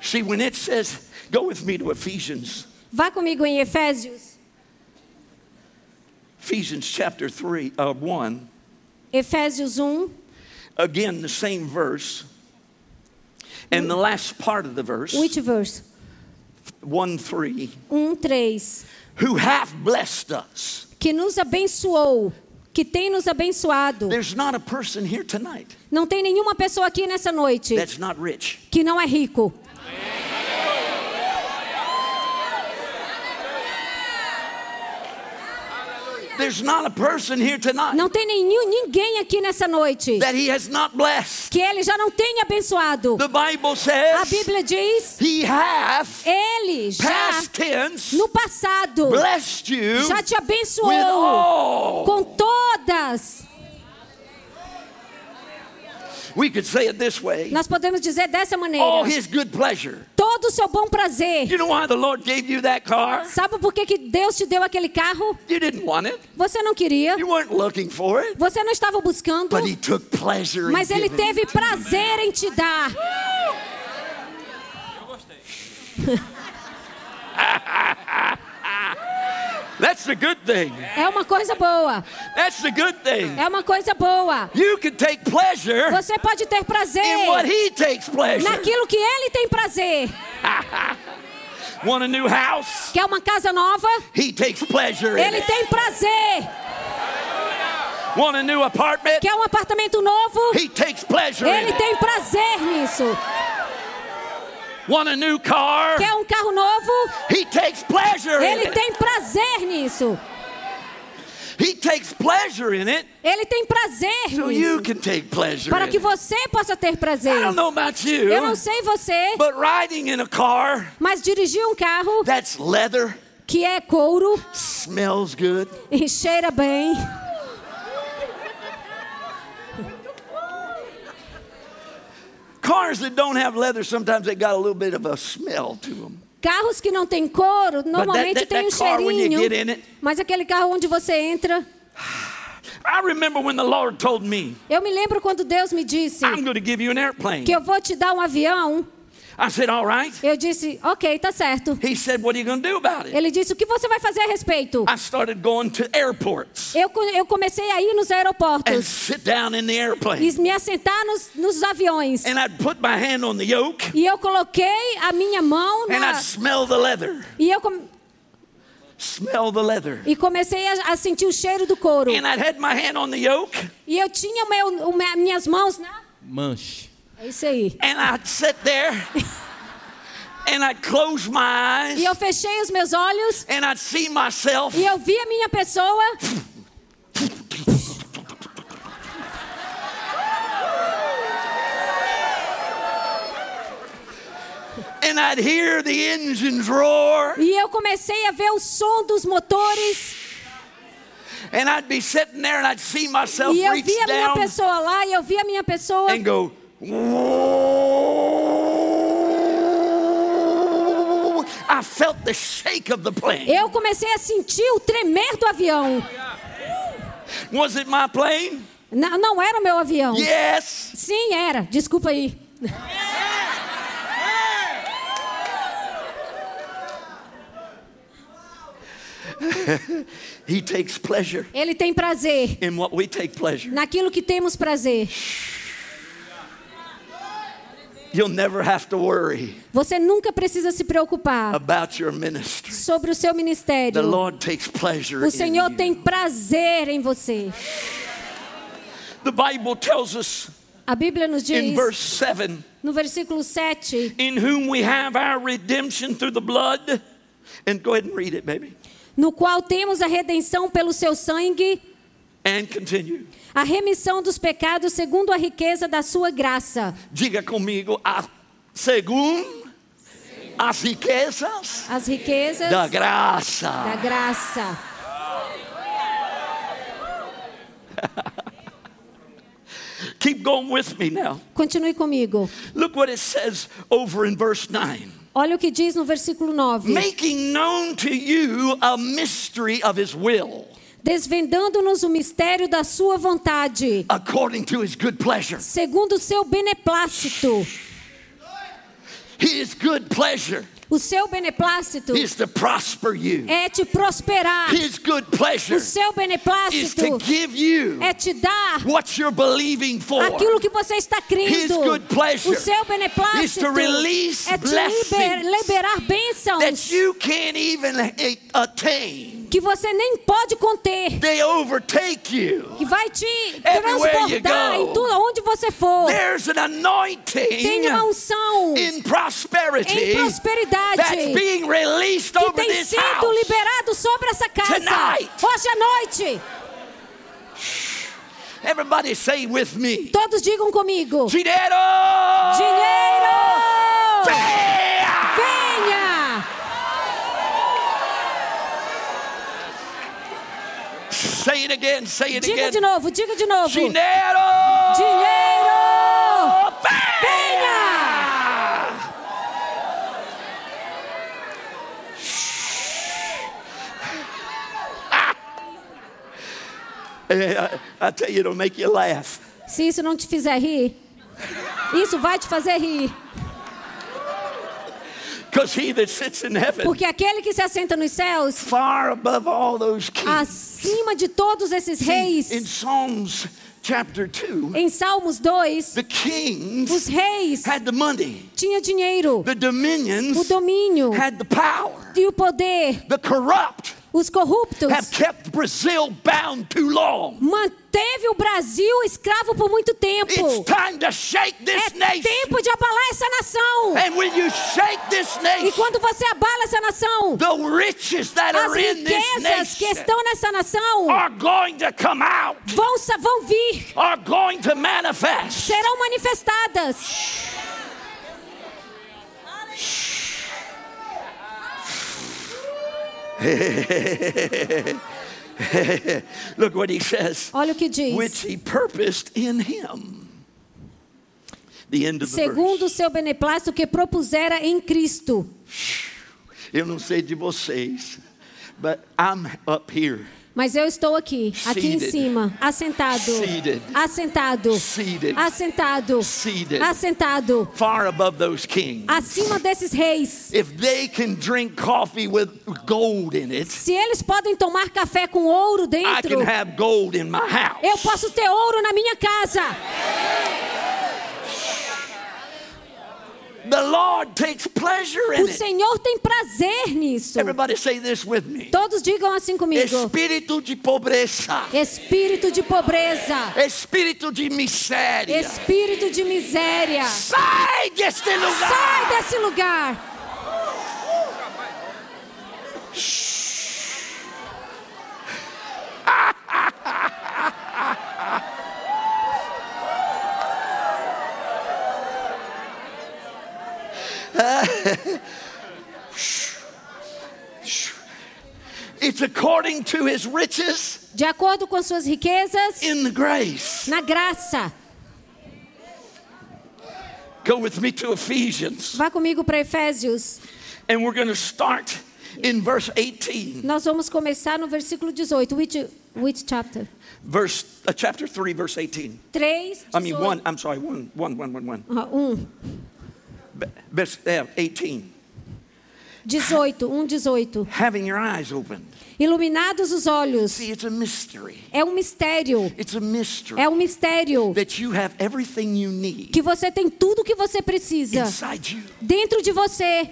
[SPEAKER 2] See, when it says, go with me to Ephesians,
[SPEAKER 3] Vá comigo em Efésios,
[SPEAKER 2] Ephesians chapter 3, uh, 1,
[SPEAKER 3] Efésios 1,
[SPEAKER 2] again, the same verse. And the last part of the verse,
[SPEAKER 3] which verse?
[SPEAKER 2] 1 3,
[SPEAKER 3] 1, 3.
[SPEAKER 2] who hath blessed us.
[SPEAKER 3] Um, Que nos abençoou, que tem nos abençoado.
[SPEAKER 2] There's not a person here tonight
[SPEAKER 3] Não tem nenhuma pessoa aqui nessa noite
[SPEAKER 2] that's not rich.
[SPEAKER 3] que não é rico.
[SPEAKER 2] There's not a person here tonight
[SPEAKER 3] Não tem nenhum, ninguém aqui nessa noite
[SPEAKER 2] that he has not blessed.
[SPEAKER 3] que ele já não tenha abençoado.
[SPEAKER 2] The Bible
[SPEAKER 3] A
[SPEAKER 2] says,
[SPEAKER 3] Bíblia diz:
[SPEAKER 2] he hath,
[SPEAKER 3] Ele já
[SPEAKER 2] past tense,
[SPEAKER 3] no passado
[SPEAKER 2] blessed you
[SPEAKER 3] já te
[SPEAKER 2] with
[SPEAKER 3] abençoou
[SPEAKER 2] all.
[SPEAKER 3] com todas.
[SPEAKER 2] We could say it this way
[SPEAKER 3] Nós podemos dizer dessa
[SPEAKER 2] all
[SPEAKER 3] maneira:
[SPEAKER 2] his good pleasure.
[SPEAKER 3] todo o seu bom prazer.
[SPEAKER 2] You know why the Lord gave you that car?
[SPEAKER 3] Sabe por que, que Deus te deu aquele carro?
[SPEAKER 2] You didn't want it,
[SPEAKER 3] Você não queria,
[SPEAKER 2] you weren't looking for it,
[SPEAKER 3] você não estava buscando,
[SPEAKER 2] but he took pleasure in
[SPEAKER 3] mas ele
[SPEAKER 2] giving it.
[SPEAKER 3] teve prazer em te dar.
[SPEAKER 2] That's the good thing.
[SPEAKER 3] É uma coisa boa,
[SPEAKER 2] That's the good thing.
[SPEAKER 3] é uma coisa boa.
[SPEAKER 2] You can take pleasure
[SPEAKER 3] Você pode ter
[SPEAKER 2] in what
[SPEAKER 3] prazer
[SPEAKER 2] he takes pleasure.
[SPEAKER 3] naquilo que ele tem prazer.
[SPEAKER 2] Want a new house?
[SPEAKER 3] Quer uma casa nova?
[SPEAKER 2] He takes pleasure in
[SPEAKER 3] Ele
[SPEAKER 2] it.
[SPEAKER 3] tem prazer.
[SPEAKER 2] Want a new apartment?
[SPEAKER 3] Quer um apartamento novo?
[SPEAKER 2] He takes pleasure in
[SPEAKER 3] Ele
[SPEAKER 2] it.
[SPEAKER 3] tem prazer nisso.
[SPEAKER 2] Want a new car?
[SPEAKER 3] Quer um carro novo?
[SPEAKER 2] He takes pleasure in
[SPEAKER 3] Ele
[SPEAKER 2] it.
[SPEAKER 3] tem prazer nisso.
[SPEAKER 2] He takes pleasure in it
[SPEAKER 3] Ele tem prazer
[SPEAKER 2] so you
[SPEAKER 3] nisso.
[SPEAKER 2] can take pleasure
[SPEAKER 3] Para
[SPEAKER 2] in
[SPEAKER 3] que
[SPEAKER 2] it.
[SPEAKER 3] você possa ter
[SPEAKER 2] I
[SPEAKER 3] prazer.
[SPEAKER 2] don't know about
[SPEAKER 3] Eu não
[SPEAKER 2] you,
[SPEAKER 3] sei você,
[SPEAKER 2] but riding in a car
[SPEAKER 3] mas dirigir um carro
[SPEAKER 2] that's leather,
[SPEAKER 3] que é couro
[SPEAKER 2] smells good,
[SPEAKER 3] e cheira bem,
[SPEAKER 2] cars that don't have leather sometimes they got a little bit of a smell to them.
[SPEAKER 3] carros que não tem couro,
[SPEAKER 2] that-
[SPEAKER 3] normalmente
[SPEAKER 2] that-
[SPEAKER 3] tem um
[SPEAKER 2] that car when you
[SPEAKER 3] cheirinho.
[SPEAKER 2] get in it-
[SPEAKER 3] Mas aquele carro onde você entra,
[SPEAKER 2] I remember when the Lord told me,
[SPEAKER 3] eu me lembro quando Deus me disse
[SPEAKER 2] I'm going to give you an airplane.
[SPEAKER 3] que eu vou te dar um avião.
[SPEAKER 2] I said, All right.
[SPEAKER 3] Eu disse, ok, tá certo.
[SPEAKER 2] He said, What are you going to do about it?
[SPEAKER 3] Ele disse, o que você vai fazer a respeito?
[SPEAKER 2] I started going to airports
[SPEAKER 3] Eu, co- eu comecei a ir nos
[SPEAKER 2] and
[SPEAKER 3] aeroportos
[SPEAKER 2] sit down in the airplane.
[SPEAKER 3] e me assentar nos, nos aviões.
[SPEAKER 2] And I'd put my hand on the yoke
[SPEAKER 3] E eu coloquei a minha mão
[SPEAKER 2] and
[SPEAKER 3] na,
[SPEAKER 2] I'd smell the leather.
[SPEAKER 3] e eu com-
[SPEAKER 2] Smell the leather.
[SPEAKER 3] e comecei a, a sentir o cheiro do couro.
[SPEAKER 2] And I'd had my hand on the yoke
[SPEAKER 3] E eu tinha o meu, o me- minhas mãos na.
[SPEAKER 4] Manche.
[SPEAKER 3] É isso aí.
[SPEAKER 2] and I'd sit there and I'd close my
[SPEAKER 3] E
[SPEAKER 2] eyes
[SPEAKER 3] eu fechei os meus olhos
[SPEAKER 2] and I'd see myself
[SPEAKER 3] e eu vi a minha pessoa
[SPEAKER 2] and I'd hear the engines roar
[SPEAKER 3] e eu comecei a ver o som dos motores
[SPEAKER 2] and I'd be sitting there and I'd see myself
[SPEAKER 3] e eu
[SPEAKER 2] reach
[SPEAKER 3] vi a minha
[SPEAKER 2] down
[SPEAKER 3] pessoa lá e eu vi a minha pessoa
[SPEAKER 2] and go I felt the shake of the plane.
[SPEAKER 3] eu comecei a sentir o tremer do avião.
[SPEAKER 2] Was it my plane?
[SPEAKER 3] Não, não era o meu avião.
[SPEAKER 2] Yes.
[SPEAKER 3] Sim, era. Desculpa aí.
[SPEAKER 2] he takes pleasure
[SPEAKER 3] Ele tem prazer
[SPEAKER 2] in what we take pleasure.
[SPEAKER 3] naquilo que temos prazer.
[SPEAKER 2] You'll never have to worry
[SPEAKER 3] Você nunca precisa se preocupar
[SPEAKER 2] about your ministry.
[SPEAKER 3] sobre o seu
[SPEAKER 2] The
[SPEAKER 3] ministério.
[SPEAKER 2] Lord takes pleasure
[SPEAKER 3] O
[SPEAKER 2] in
[SPEAKER 3] Senhor
[SPEAKER 2] you.
[SPEAKER 3] tem prazer em você.
[SPEAKER 2] The Bible tells us
[SPEAKER 3] A Bíblia nos
[SPEAKER 2] in
[SPEAKER 3] diz,
[SPEAKER 2] verse 7
[SPEAKER 3] no versículo 7,
[SPEAKER 2] in whom we have our redemption through the blood. And go ahead and read it, baby.
[SPEAKER 3] no qual temos a redenção pelo seu sangue,
[SPEAKER 2] And continue.
[SPEAKER 3] a remissão dos pecados segundo a riqueza da sua graça.
[SPEAKER 2] Diga comigo, a, según as riquezas
[SPEAKER 3] As riquezas
[SPEAKER 2] da
[SPEAKER 3] da
[SPEAKER 2] graça.
[SPEAKER 3] graça.
[SPEAKER 2] Keep going with me now.
[SPEAKER 3] Continue comigo.
[SPEAKER 2] Look what it says over in verse 9.
[SPEAKER 3] Olha o que diz no versículo 9.
[SPEAKER 2] Making known to you a mystery of his will
[SPEAKER 3] Desvendando-nos o mistério da sua vontade,
[SPEAKER 2] according to his good pleasure.
[SPEAKER 3] segundo o seu beneplácito.
[SPEAKER 2] His good pleasure
[SPEAKER 3] O seu beneplácito
[SPEAKER 2] is to prosper you.
[SPEAKER 3] é te prosperar.
[SPEAKER 2] His good
[SPEAKER 3] O
[SPEAKER 2] pleasure
[SPEAKER 3] seu
[SPEAKER 2] is
[SPEAKER 3] beneplácito
[SPEAKER 2] to give you
[SPEAKER 3] é te dar
[SPEAKER 2] what you're believing for.
[SPEAKER 3] aquilo que você está
[SPEAKER 2] His
[SPEAKER 3] crendo.
[SPEAKER 2] good pleasure
[SPEAKER 3] O seu
[SPEAKER 2] is
[SPEAKER 3] beneplácito
[SPEAKER 2] to release
[SPEAKER 3] é te liber-
[SPEAKER 2] blessings
[SPEAKER 3] liberar
[SPEAKER 2] That
[SPEAKER 3] bênçãos
[SPEAKER 2] you can't even a- attain.
[SPEAKER 3] que você nem pode conter,
[SPEAKER 2] They overtake you.
[SPEAKER 3] que vai te
[SPEAKER 2] Everywhere you
[SPEAKER 3] transportar
[SPEAKER 2] go.
[SPEAKER 3] em tudo onde você for.
[SPEAKER 2] There's an anointing
[SPEAKER 3] Tem uma unção
[SPEAKER 2] in prosperity
[SPEAKER 3] em
[SPEAKER 2] that's
[SPEAKER 3] prosperidade
[SPEAKER 2] being released
[SPEAKER 3] que
[SPEAKER 2] over
[SPEAKER 3] tem
[SPEAKER 2] this
[SPEAKER 3] sido
[SPEAKER 2] house.
[SPEAKER 3] liberado sobre essa casa
[SPEAKER 2] Tonight.
[SPEAKER 3] hoje à noite.
[SPEAKER 2] Everybody say with me.
[SPEAKER 3] Todos digam comigo:
[SPEAKER 2] Dinero!
[SPEAKER 3] dinheiro,
[SPEAKER 2] Venha!
[SPEAKER 3] venha!
[SPEAKER 2] Say it again, say it
[SPEAKER 3] Diga
[SPEAKER 2] again.
[SPEAKER 3] de novo, diga de novo.
[SPEAKER 2] Dinero!
[SPEAKER 3] Dinheiro!
[SPEAKER 2] Venha! Eh, I, I tell you, it'll make you laugh.
[SPEAKER 3] Se isso não te fizer rir, isso vai te fazer rir.
[SPEAKER 2] Because he that sits in heaven,
[SPEAKER 3] Porque aquele que se assenta nos céus,
[SPEAKER 2] far above all those kings.
[SPEAKER 3] acima de todos esses
[SPEAKER 2] In
[SPEAKER 3] reis,
[SPEAKER 2] Psalms chapter 2,
[SPEAKER 3] em Salmos 2,
[SPEAKER 2] the
[SPEAKER 3] os
[SPEAKER 2] kings
[SPEAKER 3] reis
[SPEAKER 2] had the money,
[SPEAKER 3] tinham dinheiro,
[SPEAKER 2] the
[SPEAKER 3] o
[SPEAKER 2] dominions
[SPEAKER 3] domínio
[SPEAKER 2] had the power,
[SPEAKER 3] e o poder.
[SPEAKER 2] the corrupt
[SPEAKER 3] Os corruptos
[SPEAKER 2] have kept Brazil bound too long.
[SPEAKER 3] manteve o Brasil escravo por muito
[SPEAKER 2] It's
[SPEAKER 3] tempo.
[SPEAKER 2] time to shake
[SPEAKER 3] É
[SPEAKER 2] this nation.
[SPEAKER 3] tempo de abalar essa nação.
[SPEAKER 2] And when you shake this
[SPEAKER 3] E
[SPEAKER 2] nation,
[SPEAKER 3] quando você abala essa nação,
[SPEAKER 2] the riches that
[SPEAKER 3] as
[SPEAKER 2] are in this
[SPEAKER 3] riquezas que
[SPEAKER 2] nation
[SPEAKER 3] estão nessa nação
[SPEAKER 2] are going to come out,
[SPEAKER 3] vão, sa- vão vir,
[SPEAKER 2] are going to manifest.
[SPEAKER 3] serão manifestadas.
[SPEAKER 2] Look what he says.
[SPEAKER 3] Olha o que diz.
[SPEAKER 2] Which he purposed in him. The end of the verse.
[SPEAKER 3] Segundo o seu beneplácito que propusera em Cristo.
[SPEAKER 2] Eu não sei de vocês, but I'm up here,
[SPEAKER 3] Mas eu estou aqui, aqui em
[SPEAKER 2] Seated.
[SPEAKER 3] cima, assentado,
[SPEAKER 2] Seated.
[SPEAKER 3] assentado,
[SPEAKER 2] Seated.
[SPEAKER 3] assentado,
[SPEAKER 2] Seated.
[SPEAKER 3] assentado,
[SPEAKER 2] far above those kings.
[SPEAKER 3] acima desses reis.
[SPEAKER 2] If they can drink coffee with gold in it,
[SPEAKER 3] Se eles podem tomar café com ouro
[SPEAKER 2] I
[SPEAKER 3] dentro,
[SPEAKER 2] can have gold in my house.
[SPEAKER 3] eu posso ter ouro na minha casa.
[SPEAKER 2] The Lord takes pleasure in
[SPEAKER 3] O
[SPEAKER 2] it.
[SPEAKER 3] Senhor tem prazer nisso.
[SPEAKER 2] Everybody say this with me.
[SPEAKER 3] Todos digam assim comigo:
[SPEAKER 2] Espírito de pobreza.
[SPEAKER 3] espírito de pobreza,
[SPEAKER 2] Espírito de miséria.
[SPEAKER 3] espírito de miséria,
[SPEAKER 2] Sai deste lugar.
[SPEAKER 3] sai desse lugar.
[SPEAKER 2] It's according to his riches
[SPEAKER 3] De acordo com suas riquezas,
[SPEAKER 2] in the grace.
[SPEAKER 3] na graça.
[SPEAKER 2] Go with me to Ephesians.
[SPEAKER 3] Vá comigo para Efésios.
[SPEAKER 2] And we're going to start in verse 18.
[SPEAKER 3] Nós vamos começar no versículo 18. Which, which chapter?
[SPEAKER 2] Verse uh, chapter 3 verse 18.
[SPEAKER 3] 3.
[SPEAKER 2] I mean 1, I'm sorry, 1
[SPEAKER 3] Ah,
[SPEAKER 2] 1 1 1 1.
[SPEAKER 3] 1.
[SPEAKER 2] Verse uh, 18.
[SPEAKER 3] 18, 1, 18.
[SPEAKER 2] having your eyes opened.
[SPEAKER 3] Iluminados os olhos.
[SPEAKER 2] See, it's a mystery.
[SPEAKER 3] É um mistério.
[SPEAKER 2] It's a mystery
[SPEAKER 3] É um mistério
[SPEAKER 2] that you have everything you need
[SPEAKER 3] que você tem tudo que você precisa
[SPEAKER 2] inside you.
[SPEAKER 3] dentro de você.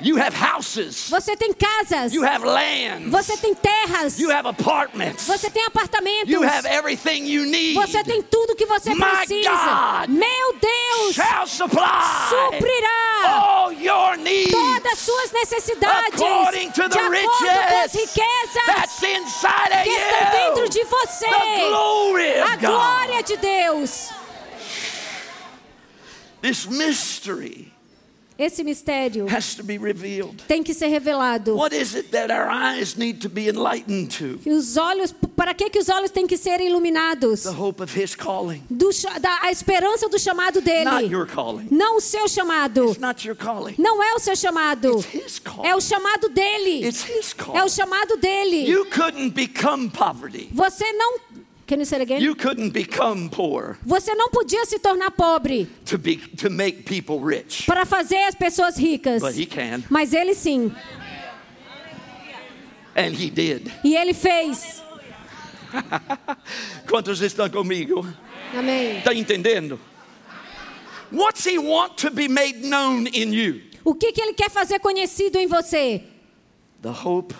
[SPEAKER 2] You have houses.
[SPEAKER 3] Você tem casas.
[SPEAKER 2] You have land.
[SPEAKER 3] Você tem terras.
[SPEAKER 2] You have apartments.
[SPEAKER 3] Você tem apartamentos.
[SPEAKER 2] You have everything you need.
[SPEAKER 3] Você tem tudo que você
[SPEAKER 2] My
[SPEAKER 3] precisa.
[SPEAKER 2] God
[SPEAKER 3] Meu Deus
[SPEAKER 2] shall supply
[SPEAKER 3] suprirá
[SPEAKER 2] all your needs
[SPEAKER 3] todas as suas necessidades
[SPEAKER 2] according to
[SPEAKER 3] de
[SPEAKER 2] the
[SPEAKER 3] acordo com as
[SPEAKER 2] riches
[SPEAKER 3] riquezas
[SPEAKER 2] that's inside of
[SPEAKER 3] que estão
[SPEAKER 2] you.
[SPEAKER 3] dentro de você.
[SPEAKER 2] The glory
[SPEAKER 3] A
[SPEAKER 2] of God.
[SPEAKER 3] glória de Deus.
[SPEAKER 2] This mystery
[SPEAKER 3] Esse mistério
[SPEAKER 2] has to be revealed.
[SPEAKER 3] tem que ser revelado.
[SPEAKER 2] What is it that our eyes need to be enlightened to?
[SPEAKER 3] E os olhos, para que que os olhos têm que ser iluminados?
[SPEAKER 2] The hope of His calling,
[SPEAKER 3] Do cha- da, a esperança do chamado
[SPEAKER 2] not
[SPEAKER 3] dele.
[SPEAKER 2] your calling.
[SPEAKER 3] Não o seu chamado.
[SPEAKER 2] It's not your calling.
[SPEAKER 3] Não é o seu chamado.
[SPEAKER 2] It's His
[SPEAKER 3] É o
[SPEAKER 2] calling.
[SPEAKER 3] chamado dele.
[SPEAKER 2] It's His
[SPEAKER 3] É o
[SPEAKER 2] calling.
[SPEAKER 3] chamado dele.
[SPEAKER 2] You couldn't become poverty.
[SPEAKER 3] Você não. Can you say it again?
[SPEAKER 2] You couldn't become poor
[SPEAKER 3] Você não podia se tornar pobre
[SPEAKER 2] to be to make people rich.
[SPEAKER 3] para fazer as pessoas ricas.
[SPEAKER 2] But he can.
[SPEAKER 3] Mas ele sim.
[SPEAKER 2] And he did.
[SPEAKER 3] E ele fez.
[SPEAKER 2] Quantos estão comigo?
[SPEAKER 3] Amém.
[SPEAKER 2] Está entendendo? What's he want to be made known in you?
[SPEAKER 3] O que, que ele quer fazer conhecido em você?
[SPEAKER 2] The hope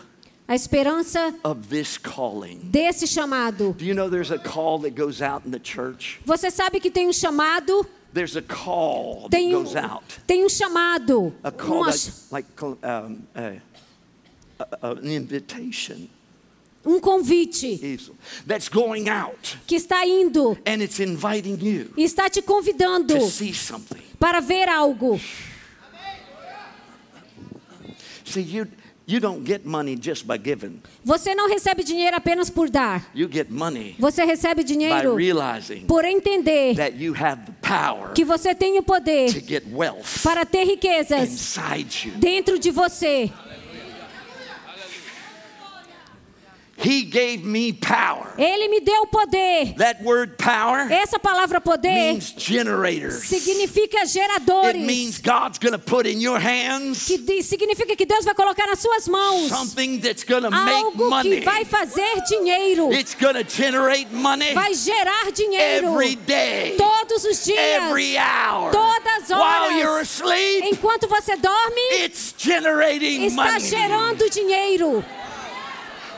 [SPEAKER 3] A esperança
[SPEAKER 2] of this calling.
[SPEAKER 3] desse chamado.
[SPEAKER 2] Do you know there's a call that goes out in the church?
[SPEAKER 3] Você sabe que tem um chamado.
[SPEAKER 2] There's a call that
[SPEAKER 3] Tem um,
[SPEAKER 2] goes out.
[SPEAKER 3] tem um chamado.
[SPEAKER 2] A call
[SPEAKER 3] uma-
[SPEAKER 2] like, like um, uh, uh, an invitation
[SPEAKER 3] um convite
[SPEAKER 2] is- that's going out
[SPEAKER 3] que está indo
[SPEAKER 2] and it's inviting you
[SPEAKER 3] e está te convidando
[SPEAKER 2] to see something.
[SPEAKER 3] para ver algo.
[SPEAKER 2] See, you you don't get money just by giving.
[SPEAKER 3] Você não recebe dinheiro apenas por dar.
[SPEAKER 2] You get money
[SPEAKER 3] Você recebe
[SPEAKER 2] by
[SPEAKER 3] dinheiro
[SPEAKER 2] realizing
[SPEAKER 3] por entender
[SPEAKER 2] that you have the power
[SPEAKER 3] que você tem
[SPEAKER 2] to
[SPEAKER 3] o poder
[SPEAKER 2] get wealth
[SPEAKER 3] para ter riquezas
[SPEAKER 2] inside you.
[SPEAKER 3] dentro de você.
[SPEAKER 2] He gave me power.
[SPEAKER 3] Ele me deu poder.
[SPEAKER 2] That word power
[SPEAKER 3] Essa palavra poder
[SPEAKER 2] means generators.
[SPEAKER 3] significa
[SPEAKER 2] It means
[SPEAKER 3] geradores.
[SPEAKER 2] God's going to put in your hands
[SPEAKER 3] Que de- significa que Deus vai colocar nas suas mãos
[SPEAKER 2] something that's going to make
[SPEAKER 3] algo que
[SPEAKER 2] money.
[SPEAKER 3] vai fazer dinheiro.
[SPEAKER 2] It's going to generate money
[SPEAKER 3] Vai gerar dinheiro
[SPEAKER 2] every day,
[SPEAKER 3] todos os dias.
[SPEAKER 2] every hour.
[SPEAKER 3] todas
[SPEAKER 2] While
[SPEAKER 3] horas.
[SPEAKER 2] you're asleep,
[SPEAKER 3] Enquanto você dorme,
[SPEAKER 2] it's generating
[SPEAKER 3] está
[SPEAKER 2] money.
[SPEAKER 3] gerando dinheiro.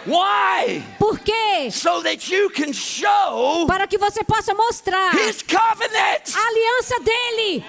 [SPEAKER 2] Why?
[SPEAKER 3] Por quê?
[SPEAKER 2] So that you can show
[SPEAKER 3] Para que você possa mostrar
[SPEAKER 2] His covenant.
[SPEAKER 3] a aliança dele.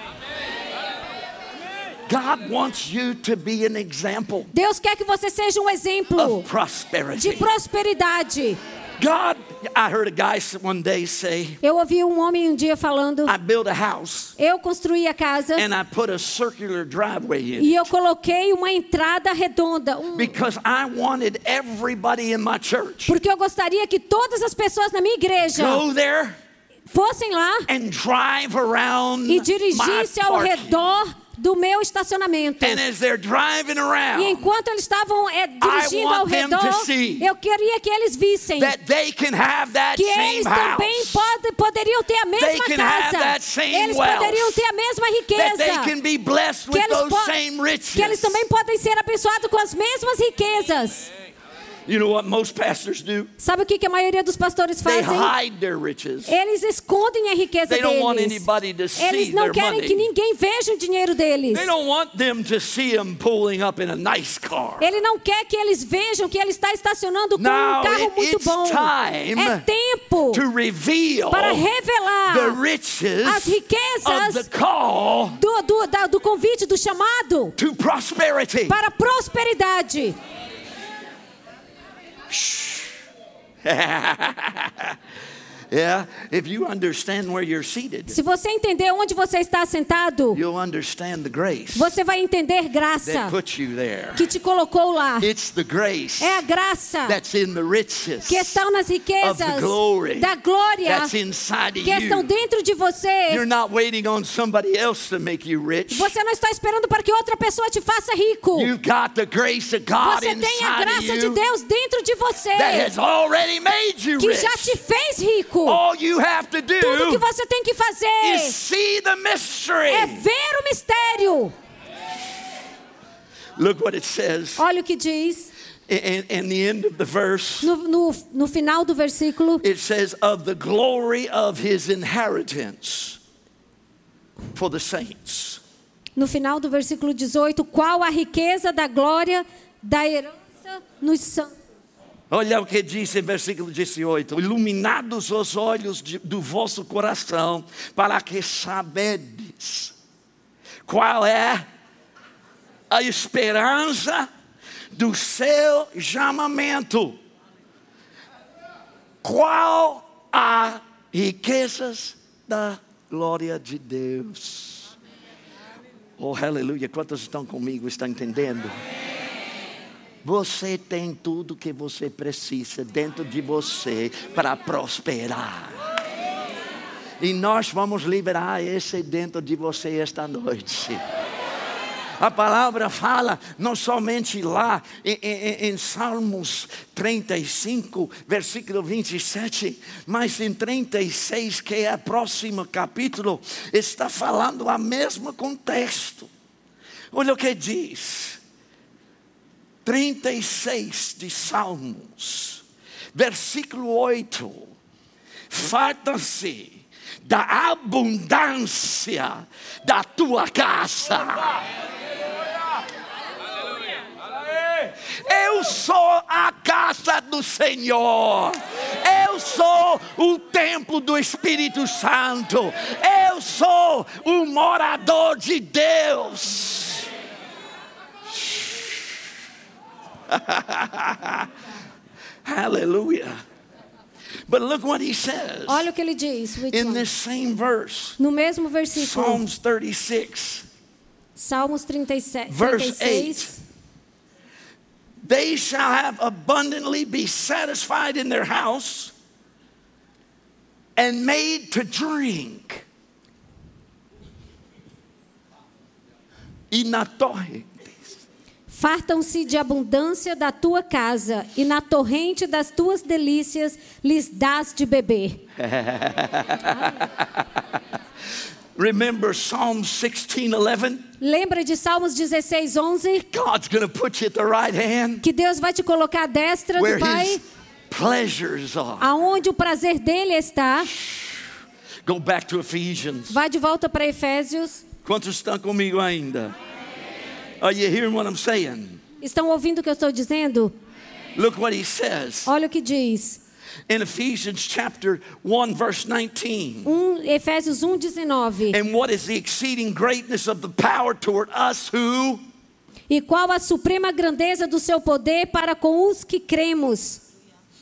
[SPEAKER 2] God wants you to be an example
[SPEAKER 3] Deus quer que você seja um exemplo
[SPEAKER 2] of
[SPEAKER 3] de
[SPEAKER 2] prosperity.
[SPEAKER 3] prosperidade.
[SPEAKER 2] God, I heard a guy s- one day say,
[SPEAKER 3] Eu ouvi um homem um dia falando:
[SPEAKER 2] I built a house
[SPEAKER 3] Eu construí a casa
[SPEAKER 2] and I put a circular driveway in
[SPEAKER 3] e eu coloquei uma entrada redonda. um-
[SPEAKER 2] because I wanted everybody in my church
[SPEAKER 3] porque eu gostaria que todas as pessoas na minha igreja
[SPEAKER 2] go there
[SPEAKER 3] fossem lá
[SPEAKER 2] and drive around
[SPEAKER 3] e
[SPEAKER 2] my
[SPEAKER 3] dirigissem ao
[SPEAKER 2] parking.
[SPEAKER 3] redor do meu estacionamento.
[SPEAKER 2] And as they're driving
[SPEAKER 3] E
[SPEAKER 2] around,
[SPEAKER 3] enquanto eles estavam é, dirigindo ao
[SPEAKER 2] want them to
[SPEAKER 3] redor,
[SPEAKER 2] see
[SPEAKER 3] eu queria que eles vissem
[SPEAKER 2] that they can have that
[SPEAKER 3] que
[SPEAKER 2] same
[SPEAKER 3] eles também
[SPEAKER 2] house,
[SPEAKER 3] pode- poderiam ter a mesma
[SPEAKER 2] can have that
[SPEAKER 3] casa.
[SPEAKER 2] same
[SPEAKER 3] Eles
[SPEAKER 2] wealth.
[SPEAKER 3] poderiam ter a mesma
[SPEAKER 2] that they
[SPEAKER 3] riqueza.
[SPEAKER 2] can be blessed
[SPEAKER 3] Que
[SPEAKER 2] with
[SPEAKER 3] eles,
[SPEAKER 2] those
[SPEAKER 3] po-
[SPEAKER 2] same riches.
[SPEAKER 3] que eles também podem ser abençoados com as mesmas riquezas.
[SPEAKER 2] You know what most pastors do?
[SPEAKER 3] Sabe o que, que a maioria dos pastores
[SPEAKER 2] They
[SPEAKER 3] fazem?
[SPEAKER 2] hide their riches.
[SPEAKER 3] Eles escondem a riqueza
[SPEAKER 2] They don't want
[SPEAKER 3] deles.
[SPEAKER 2] anybody to see
[SPEAKER 3] Eles não
[SPEAKER 2] their
[SPEAKER 3] querem
[SPEAKER 2] money.
[SPEAKER 3] que ninguém veja o dinheiro deles.
[SPEAKER 2] They don't want them to see him pulling up in a nice car.
[SPEAKER 3] Ele não quer que eles vejam que ele está estacionando com
[SPEAKER 2] Now
[SPEAKER 3] um carro
[SPEAKER 2] it-
[SPEAKER 3] muito
[SPEAKER 2] it's
[SPEAKER 3] bom.
[SPEAKER 2] time
[SPEAKER 3] É tempo
[SPEAKER 2] to reveal
[SPEAKER 3] para
[SPEAKER 2] the
[SPEAKER 3] revelar
[SPEAKER 2] riches
[SPEAKER 3] as
[SPEAKER 2] of the
[SPEAKER 3] riquezas
[SPEAKER 2] call
[SPEAKER 3] do, do, da- do convite, do chamado
[SPEAKER 2] to prosperity.
[SPEAKER 3] para a prosperidade.
[SPEAKER 2] Yeah, if you understand where you're seated,
[SPEAKER 3] Se você entender onde você está sentado,
[SPEAKER 2] you'll understand the grace
[SPEAKER 3] você vai entender graça
[SPEAKER 2] that put you there.
[SPEAKER 3] que te colocou lá.
[SPEAKER 2] It's the grace
[SPEAKER 3] É a graça
[SPEAKER 2] that's in the riches
[SPEAKER 3] que estão nas
[SPEAKER 2] of the
[SPEAKER 3] riquezas
[SPEAKER 2] glory
[SPEAKER 3] da glória
[SPEAKER 2] that's inside of
[SPEAKER 3] que estão
[SPEAKER 2] you.
[SPEAKER 3] dentro de
[SPEAKER 2] You're
[SPEAKER 3] você.
[SPEAKER 2] not waiting on somebody else to make you rich.
[SPEAKER 3] Você não está esperando para que outra pessoa te faça rico.
[SPEAKER 2] You've got the grace of God
[SPEAKER 3] Você tem a
[SPEAKER 2] inside of
[SPEAKER 3] graça de
[SPEAKER 2] you
[SPEAKER 3] Deus dentro de você
[SPEAKER 2] that has already made you
[SPEAKER 3] que
[SPEAKER 2] rich.
[SPEAKER 3] já te fez rico.
[SPEAKER 2] All you have to
[SPEAKER 3] Tudo que
[SPEAKER 2] do
[SPEAKER 3] você tem que fazer
[SPEAKER 2] is see the mystery.
[SPEAKER 3] é ver o mistério.
[SPEAKER 2] Look what it says.
[SPEAKER 3] Olha o que diz
[SPEAKER 2] And, and the end of the verse,
[SPEAKER 3] no, no, no final do versículo.
[SPEAKER 2] it says, of the glory of his inheritance for the saints.
[SPEAKER 3] No final do versículo 18, qual a riqueza da glória da herança nos santos?
[SPEAKER 2] Olha o que diz em versículo 18: Iluminados os olhos de- do vosso coração, para que sabedes qual é a esperança do seu chamamento, qual a riquezas da glória de Deus. Oh, aleluia! Quantos estão comigo, estão entendendo? Você tem tudo que você precisa dentro de você para prosperar. E nós vamos liberar esse dentro de você esta noite. A palavra fala não somente lá em, em- em Salmos 35, versículo 27, mas em 36, que é o próximo capítulo, está falando o mesmo contexto. Olha o que diz. 36 de Salmos, versículo 8. Farta-se da abundância da tua casa. Eu sou a casa do Senhor. Eu sou o templo do Espírito Santo. Eu sou o morador de Deus. Hallelujah. But look what he says
[SPEAKER 3] Olha o que ele diz. Which
[SPEAKER 2] in
[SPEAKER 3] one?
[SPEAKER 2] this same verse,
[SPEAKER 3] No mesmo versículo,
[SPEAKER 2] Psalms 36.
[SPEAKER 3] Salmos 37,
[SPEAKER 2] Verse
[SPEAKER 3] 36.
[SPEAKER 2] They shall have abundantly be satisfied in their house and made to drink. E na torre
[SPEAKER 3] Fartam-se de abundância da tua casa, e na torrente das tuas delícias lhes dás de beber.
[SPEAKER 2] Remember Psalm 16 11?
[SPEAKER 3] Lembra de Salmos 16, 11?
[SPEAKER 2] God's going to put you at the right hand
[SPEAKER 3] Que Deus vai te colocar à destra
[SPEAKER 2] where
[SPEAKER 3] do Pai,
[SPEAKER 2] his pleasures are.
[SPEAKER 3] aonde o prazer dele está.
[SPEAKER 2] Go back to Ephesians.
[SPEAKER 3] Vai de volta para Efésios.
[SPEAKER 2] Quantos estão comigo ainda? Are you hearing what I'm saying?
[SPEAKER 3] Estão ouvindo o que eu estou dizendo?
[SPEAKER 2] Look what he says
[SPEAKER 3] Olha o que diz.
[SPEAKER 2] in Ephesians chapter 1, verse 19.
[SPEAKER 3] Um, Efésios 1, 19.
[SPEAKER 2] And what is the exceeding greatness of the power toward us who?
[SPEAKER 3] E qual a suprema grandeza do seu poder para com os que cremos.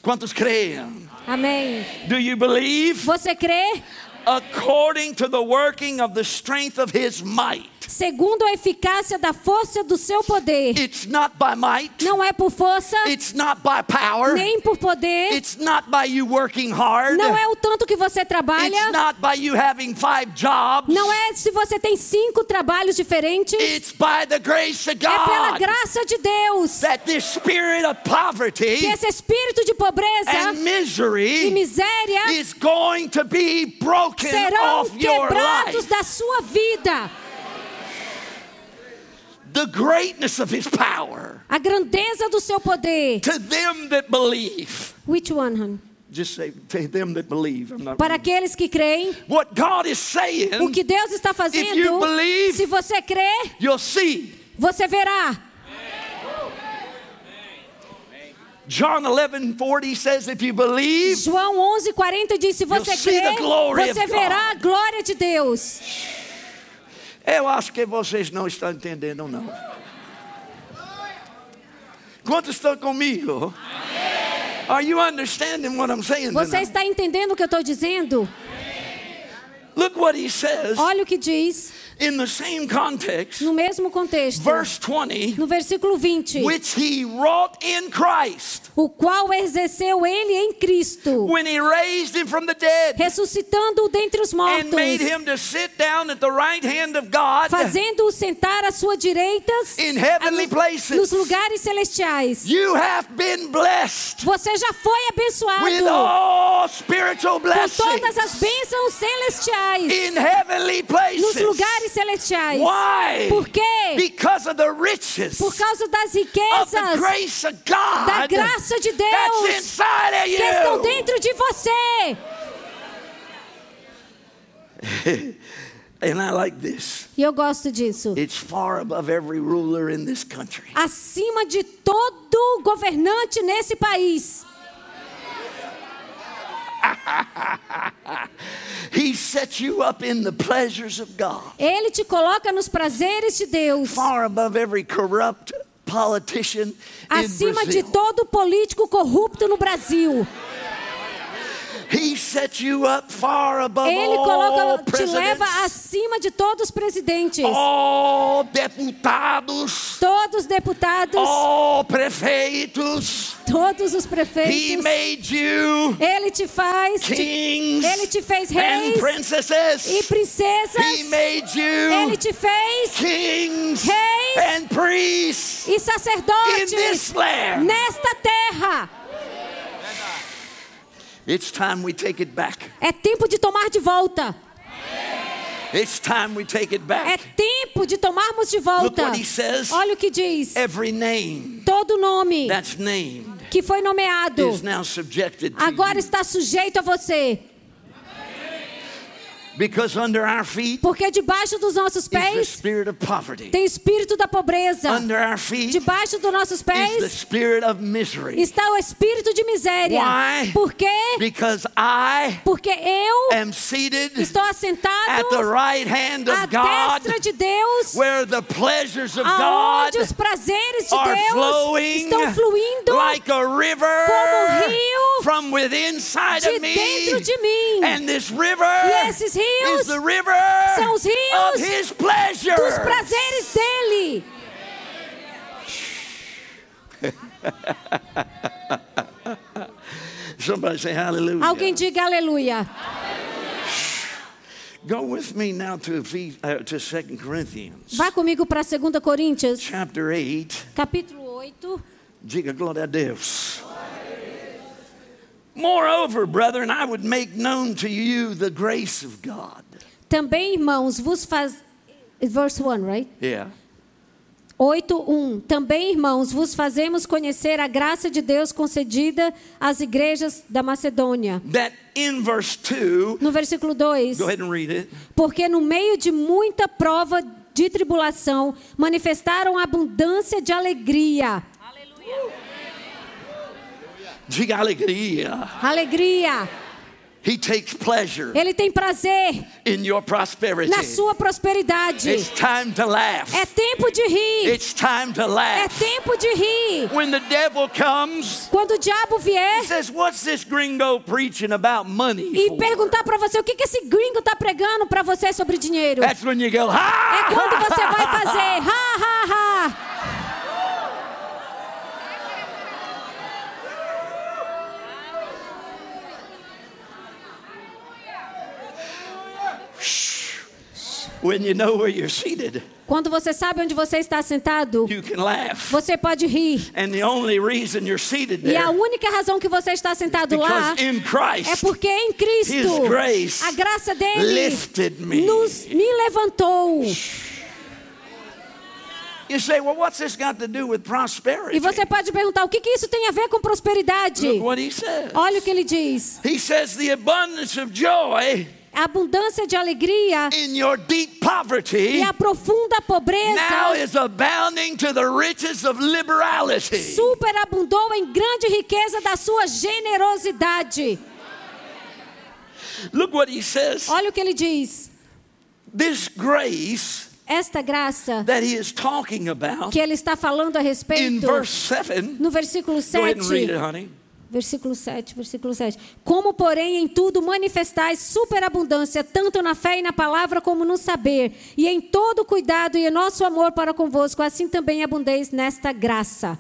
[SPEAKER 2] Quantos creem?
[SPEAKER 3] Amém.
[SPEAKER 2] Do you believe?
[SPEAKER 3] Você crê?
[SPEAKER 2] According to the working of the strength of his might.
[SPEAKER 3] Segundo a eficácia da força do seu poder.
[SPEAKER 2] It's not by might,
[SPEAKER 3] Não é por força,
[SPEAKER 2] it's not by power,
[SPEAKER 3] nem por poder.
[SPEAKER 2] it's not by you working hard,
[SPEAKER 3] Não é o tanto que você
[SPEAKER 2] it's
[SPEAKER 3] trabalha.
[SPEAKER 2] not by you having five jobs.
[SPEAKER 3] Não é se você tem cinco trabalhos diferentes.
[SPEAKER 2] It's by the grace of
[SPEAKER 3] É pela
[SPEAKER 2] God
[SPEAKER 3] graça de Deus
[SPEAKER 2] that this spirit of poverty
[SPEAKER 3] que esse espírito de
[SPEAKER 2] and
[SPEAKER 3] pobreza e
[SPEAKER 2] misery
[SPEAKER 3] miséria
[SPEAKER 2] is going to be broken
[SPEAKER 3] serão
[SPEAKER 2] off your
[SPEAKER 3] quebrados
[SPEAKER 2] life.
[SPEAKER 3] da sua vida.
[SPEAKER 2] The greatness of his power
[SPEAKER 3] A grandeza do seu poder.
[SPEAKER 2] to them that believe.
[SPEAKER 3] Which one, hon?
[SPEAKER 2] Just say to them that believe. I'm not
[SPEAKER 3] Para aqueles que creem,
[SPEAKER 2] what God is
[SPEAKER 3] o
[SPEAKER 2] saying,
[SPEAKER 3] que Deus está
[SPEAKER 2] If you
[SPEAKER 3] fazendo,
[SPEAKER 2] believe-
[SPEAKER 3] se você crer,
[SPEAKER 2] you'll see.
[SPEAKER 3] você verá.
[SPEAKER 2] John 11 40 says, if you believe,
[SPEAKER 3] João 11:40 diz: se você
[SPEAKER 2] see the
[SPEAKER 3] crer,
[SPEAKER 2] glory of
[SPEAKER 3] você verá
[SPEAKER 2] God.
[SPEAKER 3] a glória de Deus.
[SPEAKER 2] eu acho que vocês não estão entendendo, não. Quantos estão comigo? Are you understanding what I'm saying?
[SPEAKER 3] Você
[SPEAKER 2] tonight?
[SPEAKER 3] está entendendo o que eu estou dizendo?
[SPEAKER 2] Look what he says
[SPEAKER 3] Olha o que diz
[SPEAKER 2] in the same context,
[SPEAKER 3] no mesmo contexto.
[SPEAKER 2] verse 20,
[SPEAKER 3] No versículo 20,
[SPEAKER 2] which he wrought in Christ
[SPEAKER 3] o qual exerceu ele em Cristo,
[SPEAKER 2] when he raised him from the dead
[SPEAKER 3] ressuscitando-o dentre os
[SPEAKER 2] and
[SPEAKER 3] mortos,
[SPEAKER 2] made him to sit down at the right hand of God
[SPEAKER 3] fazendo-o sentar à sua direita
[SPEAKER 2] in heavenly
[SPEAKER 3] nos
[SPEAKER 2] places.
[SPEAKER 3] lugares celestiais.
[SPEAKER 2] You have been blessed
[SPEAKER 3] Você já foi
[SPEAKER 2] with
[SPEAKER 3] abençoado
[SPEAKER 2] all spiritual
[SPEAKER 3] com
[SPEAKER 2] blessings.
[SPEAKER 3] todas as bênçãos celestiais.
[SPEAKER 2] in heavenly
[SPEAKER 3] Nos
[SPEAKER 2] places.
[SPEAKER 3] lugares celestiais.
[SPEAKER 2] Why?
[SPEAKER 3] Por quê?
[SPEAKER 2] Because of the riches
[SPEAKER 3] Por causa
[SPEAKER 2] of
[SPEAKER 3] das
[SPEAKER 2] the
[SPEAKER 3] riquezas
[SPEAKER 2] grace of God
[SPEAKER 3] da graça de
[SPEAKER 2] that's
[SPEAKER 3] Deus
[SPEAKER 2] inside of
[SPEAKER 3] que estão
[SPEAKER 2] you.
[SPEAKER 3] dentro de você.
[SPEAKER 2] And I like this.
[SPEAKER 3] E eu gosto disso.
[SPEAKER 2] It's far above every ruler in this country.
[SPEAKER 3] Acima de todo governante nesse país.
[SPEAKER 2] He sets you up in the pleasures of God.
[SPEAKER 3] Ele te coloca nos prazeres de Deus.
[SPEAKER 2] Far above every corrupt politician in
[SPEAKER 3] Acima de
[SPEAKER 2] Brazil.
[SPEAKER 3] todo político corrupto no Brasil.
[SPEAKER 2] He sets you up far above
[SPEAKER 3] Ele
[SPEAKER 2] all
[SPEAKER 3] coloca, te
[SPEAKER 2] presidents,
[SPEAKER 3] leva acima de todos os presidentes,
[SPEAKER 2] all deputados,
[SPEAKER 3] todos os deputados,
[SPEAKER 2] all prefeitos.
[SPEAKER 3] todos os
[SPEAKER 2] He
[SPEAKER 3] prefeitos.
[SPEAKER 2] made you
[SPEAKER 3] Ele te faz. te-
[SPEAKER 2] kings
[SPEAKER 3] Ele te fez
[SPEAKER 2] and
[SPEAKER 3] reis e
[SPEAKER 2] princesses. He
[SPEAKER 3] princesas.
[SPEAKER 2] made you
[SPEAKER 3] Ele te fez
[SPEAKER 2] kings
[SPEAKER 3] reis
[SPEAKER 2] and priests
[SPEAKER 3] e
[SPEAKER 2] in this
[SPEAKER 3] sacerdotes
[SPEAKER 2] land.
[SPEAKER 3] nesta terra.
[SPEAKER 2] It's time we take it back.
[SPEAKER 3] É tempo de tomar de volta.
[SPEAKER 2] It's time we take it
[SPEAKER 3] É
[SPEAKER 2] back.
[SPEAKER 3] tempo de tomarmos de
[SPEAKER 2] Look
[SPEAKER 3] volta.
[SPEAKER 2] what he says.
[SPEAKER 3] Olha o que diz.
[SPEAKER 2] Every name
[SPEAKER 3] Todo nome
[SPEAKER 2] that's named
[SPEAKER 3] que foi nomeado
[SPEAKER 2] is now subjected to
[SPEAKER 3] agora
[SPEAKER 2] you.
[SPEAKER 3] está sujeito a você.
[SPEAKER 2] because under our feet
[SPEAKER 3] Porque debaixo dos nossos
[SPEAKER 2] is the
[SPEAKER 3] pés
[SPEAKER 2] spirit of poverty.
[SPEAKER 3] tem espírito da pobreza.
[SPEAKER 2] Under our feet
[SPEAKER 3] Debaixo dos nossos
[SPEAKER 2] is the
[SPEAKER 3] pés
[SPEAKER 2] spirit of misery.
[SPEAKER 3] está o espírito de miséria.
[SPEAKER 2] Why?
[SPEAKER 3] Por quê?
[SPEAKER 2] Because I
[SPEAKER 3] Porque eu
[SPEAKER 2] am seated
[SPEAKER 3] estou
[SPEAKER 2] at
[SPEAKER 3] assentado
[SPEAKER 2] the right hand
[SPEAKER 3] à
[SPEAKER 2] of God,
[SPEAKER 3] destra de Deus,
[SPEAKER 2] where the pleasures of God
[SPEAKER 3] aonde os prazeres de
[SPEAKER 2] are
[SPEAKER 3] Deus
[SPEAKER 2] flowing
[SPEAKER 3] estão fluindo
[SPEAKER 2] like a river
[SPEAKER 3] como um rio
[SPEAKER 2] from within inside
[SPEAKER 3] de
[SPEAKER 2] of me.
[SPEAKER 3] dentro de mim.
[SPEAKER 2] And this river
[SPEAKER 3] E esses rios
[SPEAKER 2] is the river
[SPEAKER 3] são os rios
[SPEAKER 2] of his pleasure.
[SPEAKER 3] dos prazeres dele.
[SPEAKER 2] Somebody say hallelujah.
[SPEAKER 3] Alguém diga aleluia.
[SPEAKER 2] Go with me now to, Ephes- uh, to 2 Corinthians
[SPEAKER 3] Vá comigo para 2 Coríntios,
[SPEAKER 2] chapter 8.
[SPEAKER 3] capítulo 8.
[SPEAKER 2] Diga glória a Deus. Moreover, brethren, I would make known to you the grace of God.
[SPEAKER 3] Também, irmãos, vos faz. Verse 1, right?
[SPEAKER 2] Yeah.
[SPEAKER 3] 8:1 Também, irmãos, vos fazemos conhecer a graça de Deus concedida às igrejas da Macedônia.
[SPEAKER 2] That in verse 2,
[SPEAKER 3] No versículo 2,
[SPEAKER 2] go ahead and read it.
[SPEAKER 3] porque no meio de muita prova de tribulação manifestaram abundância de alegria.
[SPEAKER 2] Diga alegria.
[SPEAKER 3] Alegria.
[SPEAKER 2] He takes pleasure
[SPEAKER 3] Ele tem prazer
[SPEAKER 2] in your prosperity.
[SPEAKER 3] na sua prosperidade.
[SPEAKER 2] It's time to laugh.
[SPEAKER 3] É tempo de rir.
[SPEAKER 2] It's time to
[SPEAKER 3] É
[SPEAKER 2] laugh.
[SPEAKER 3] tempo de rir.
[SPEAKER 2] When the devil comes,
[SPEAKER 3] Quando o diabo vier
[SPEAKER 2] he says, What's this gringo preaching about money?
[SPEAKER 3] e
[SPEAKER 2] for?"
[SPEAKER 3] perguntar para você o que que esse gringo tá pregando para você sobre dinheiro.
[SPEAKER 2] That's when you go, ha!
[SPEAKER 3] É quando você vai fazer ha ha ha.
[SPEAKER 2] When you know where you're seated,
[SPEAKER 3] Quando você sabe onde você está sentado,
[SPEAKER 2] you can laugh.
[SPEAKER 3] você pode rir.
[SPEAKER 2] And the only reason you're seated
[SPEAKER 3] E a
[SPEAKER 2] there
[SPEAKER 3] única razão que você está sentado lá
[SPEAKER 2] É. because in
[SPEAKER 3] é
[SPEAKER 2] Christ
[SPEAKER 3] porque em Cristo
[SPEAKER 2] His grace
[SPEAKER 3] a graça dele
[SPEAKER 2] lifted me.
[SPEAKER 3] nos me levantou.
[SPEAKER 2] You say, well, what's this got to do with prosperity?
[SPEAKER 3] E você pode perguntar o que que isso tem a ver com prosperidade?
[SPEAKER 2] Look what he says.
[SPEAKER 3] Olha o que ele diz.
[SPEAKER 2] He says the abundance of joy
[SPEAKER 3] A abundância de alegria
[SPEAKER 2] in your deep poverty
[SPEAKER 3] e a profunda
[SPEAKER 2] now
[SPEAKER 3] pobreza
[SPEAKER 2] is abounding to the riches of liberality.
[SPEAKER 3] superabundou em grande riqueza da sua generosidade.
[SPEAKER 2] Look what he says.
[SPEAKER 3] Olha o que ele diz.
[SPEAKER 2] This grace
[SPEAKER 3] Esta graça
[SPEAKER 2] that he is talking about
[SPEAKER 3] que ele está falando a
[SPEAKER 2] in
[SPEAKER 3] respeito
[SPEAKER 2] verse 7.
[SPEAKER 3] no versículo
[SPEAKER 2] Go ahead and read it,
[SPEAKER 3] 7.
[SPEAKER 2] honey.
[SPEAKER 3] Versículo 7, versículo 7. Como, porém, em tudo manifestais superabundância, tanto na fé e na palavra, como no saber, e em todo cuidado e em nosso amor para convosco, assim também abundeis nesta graça.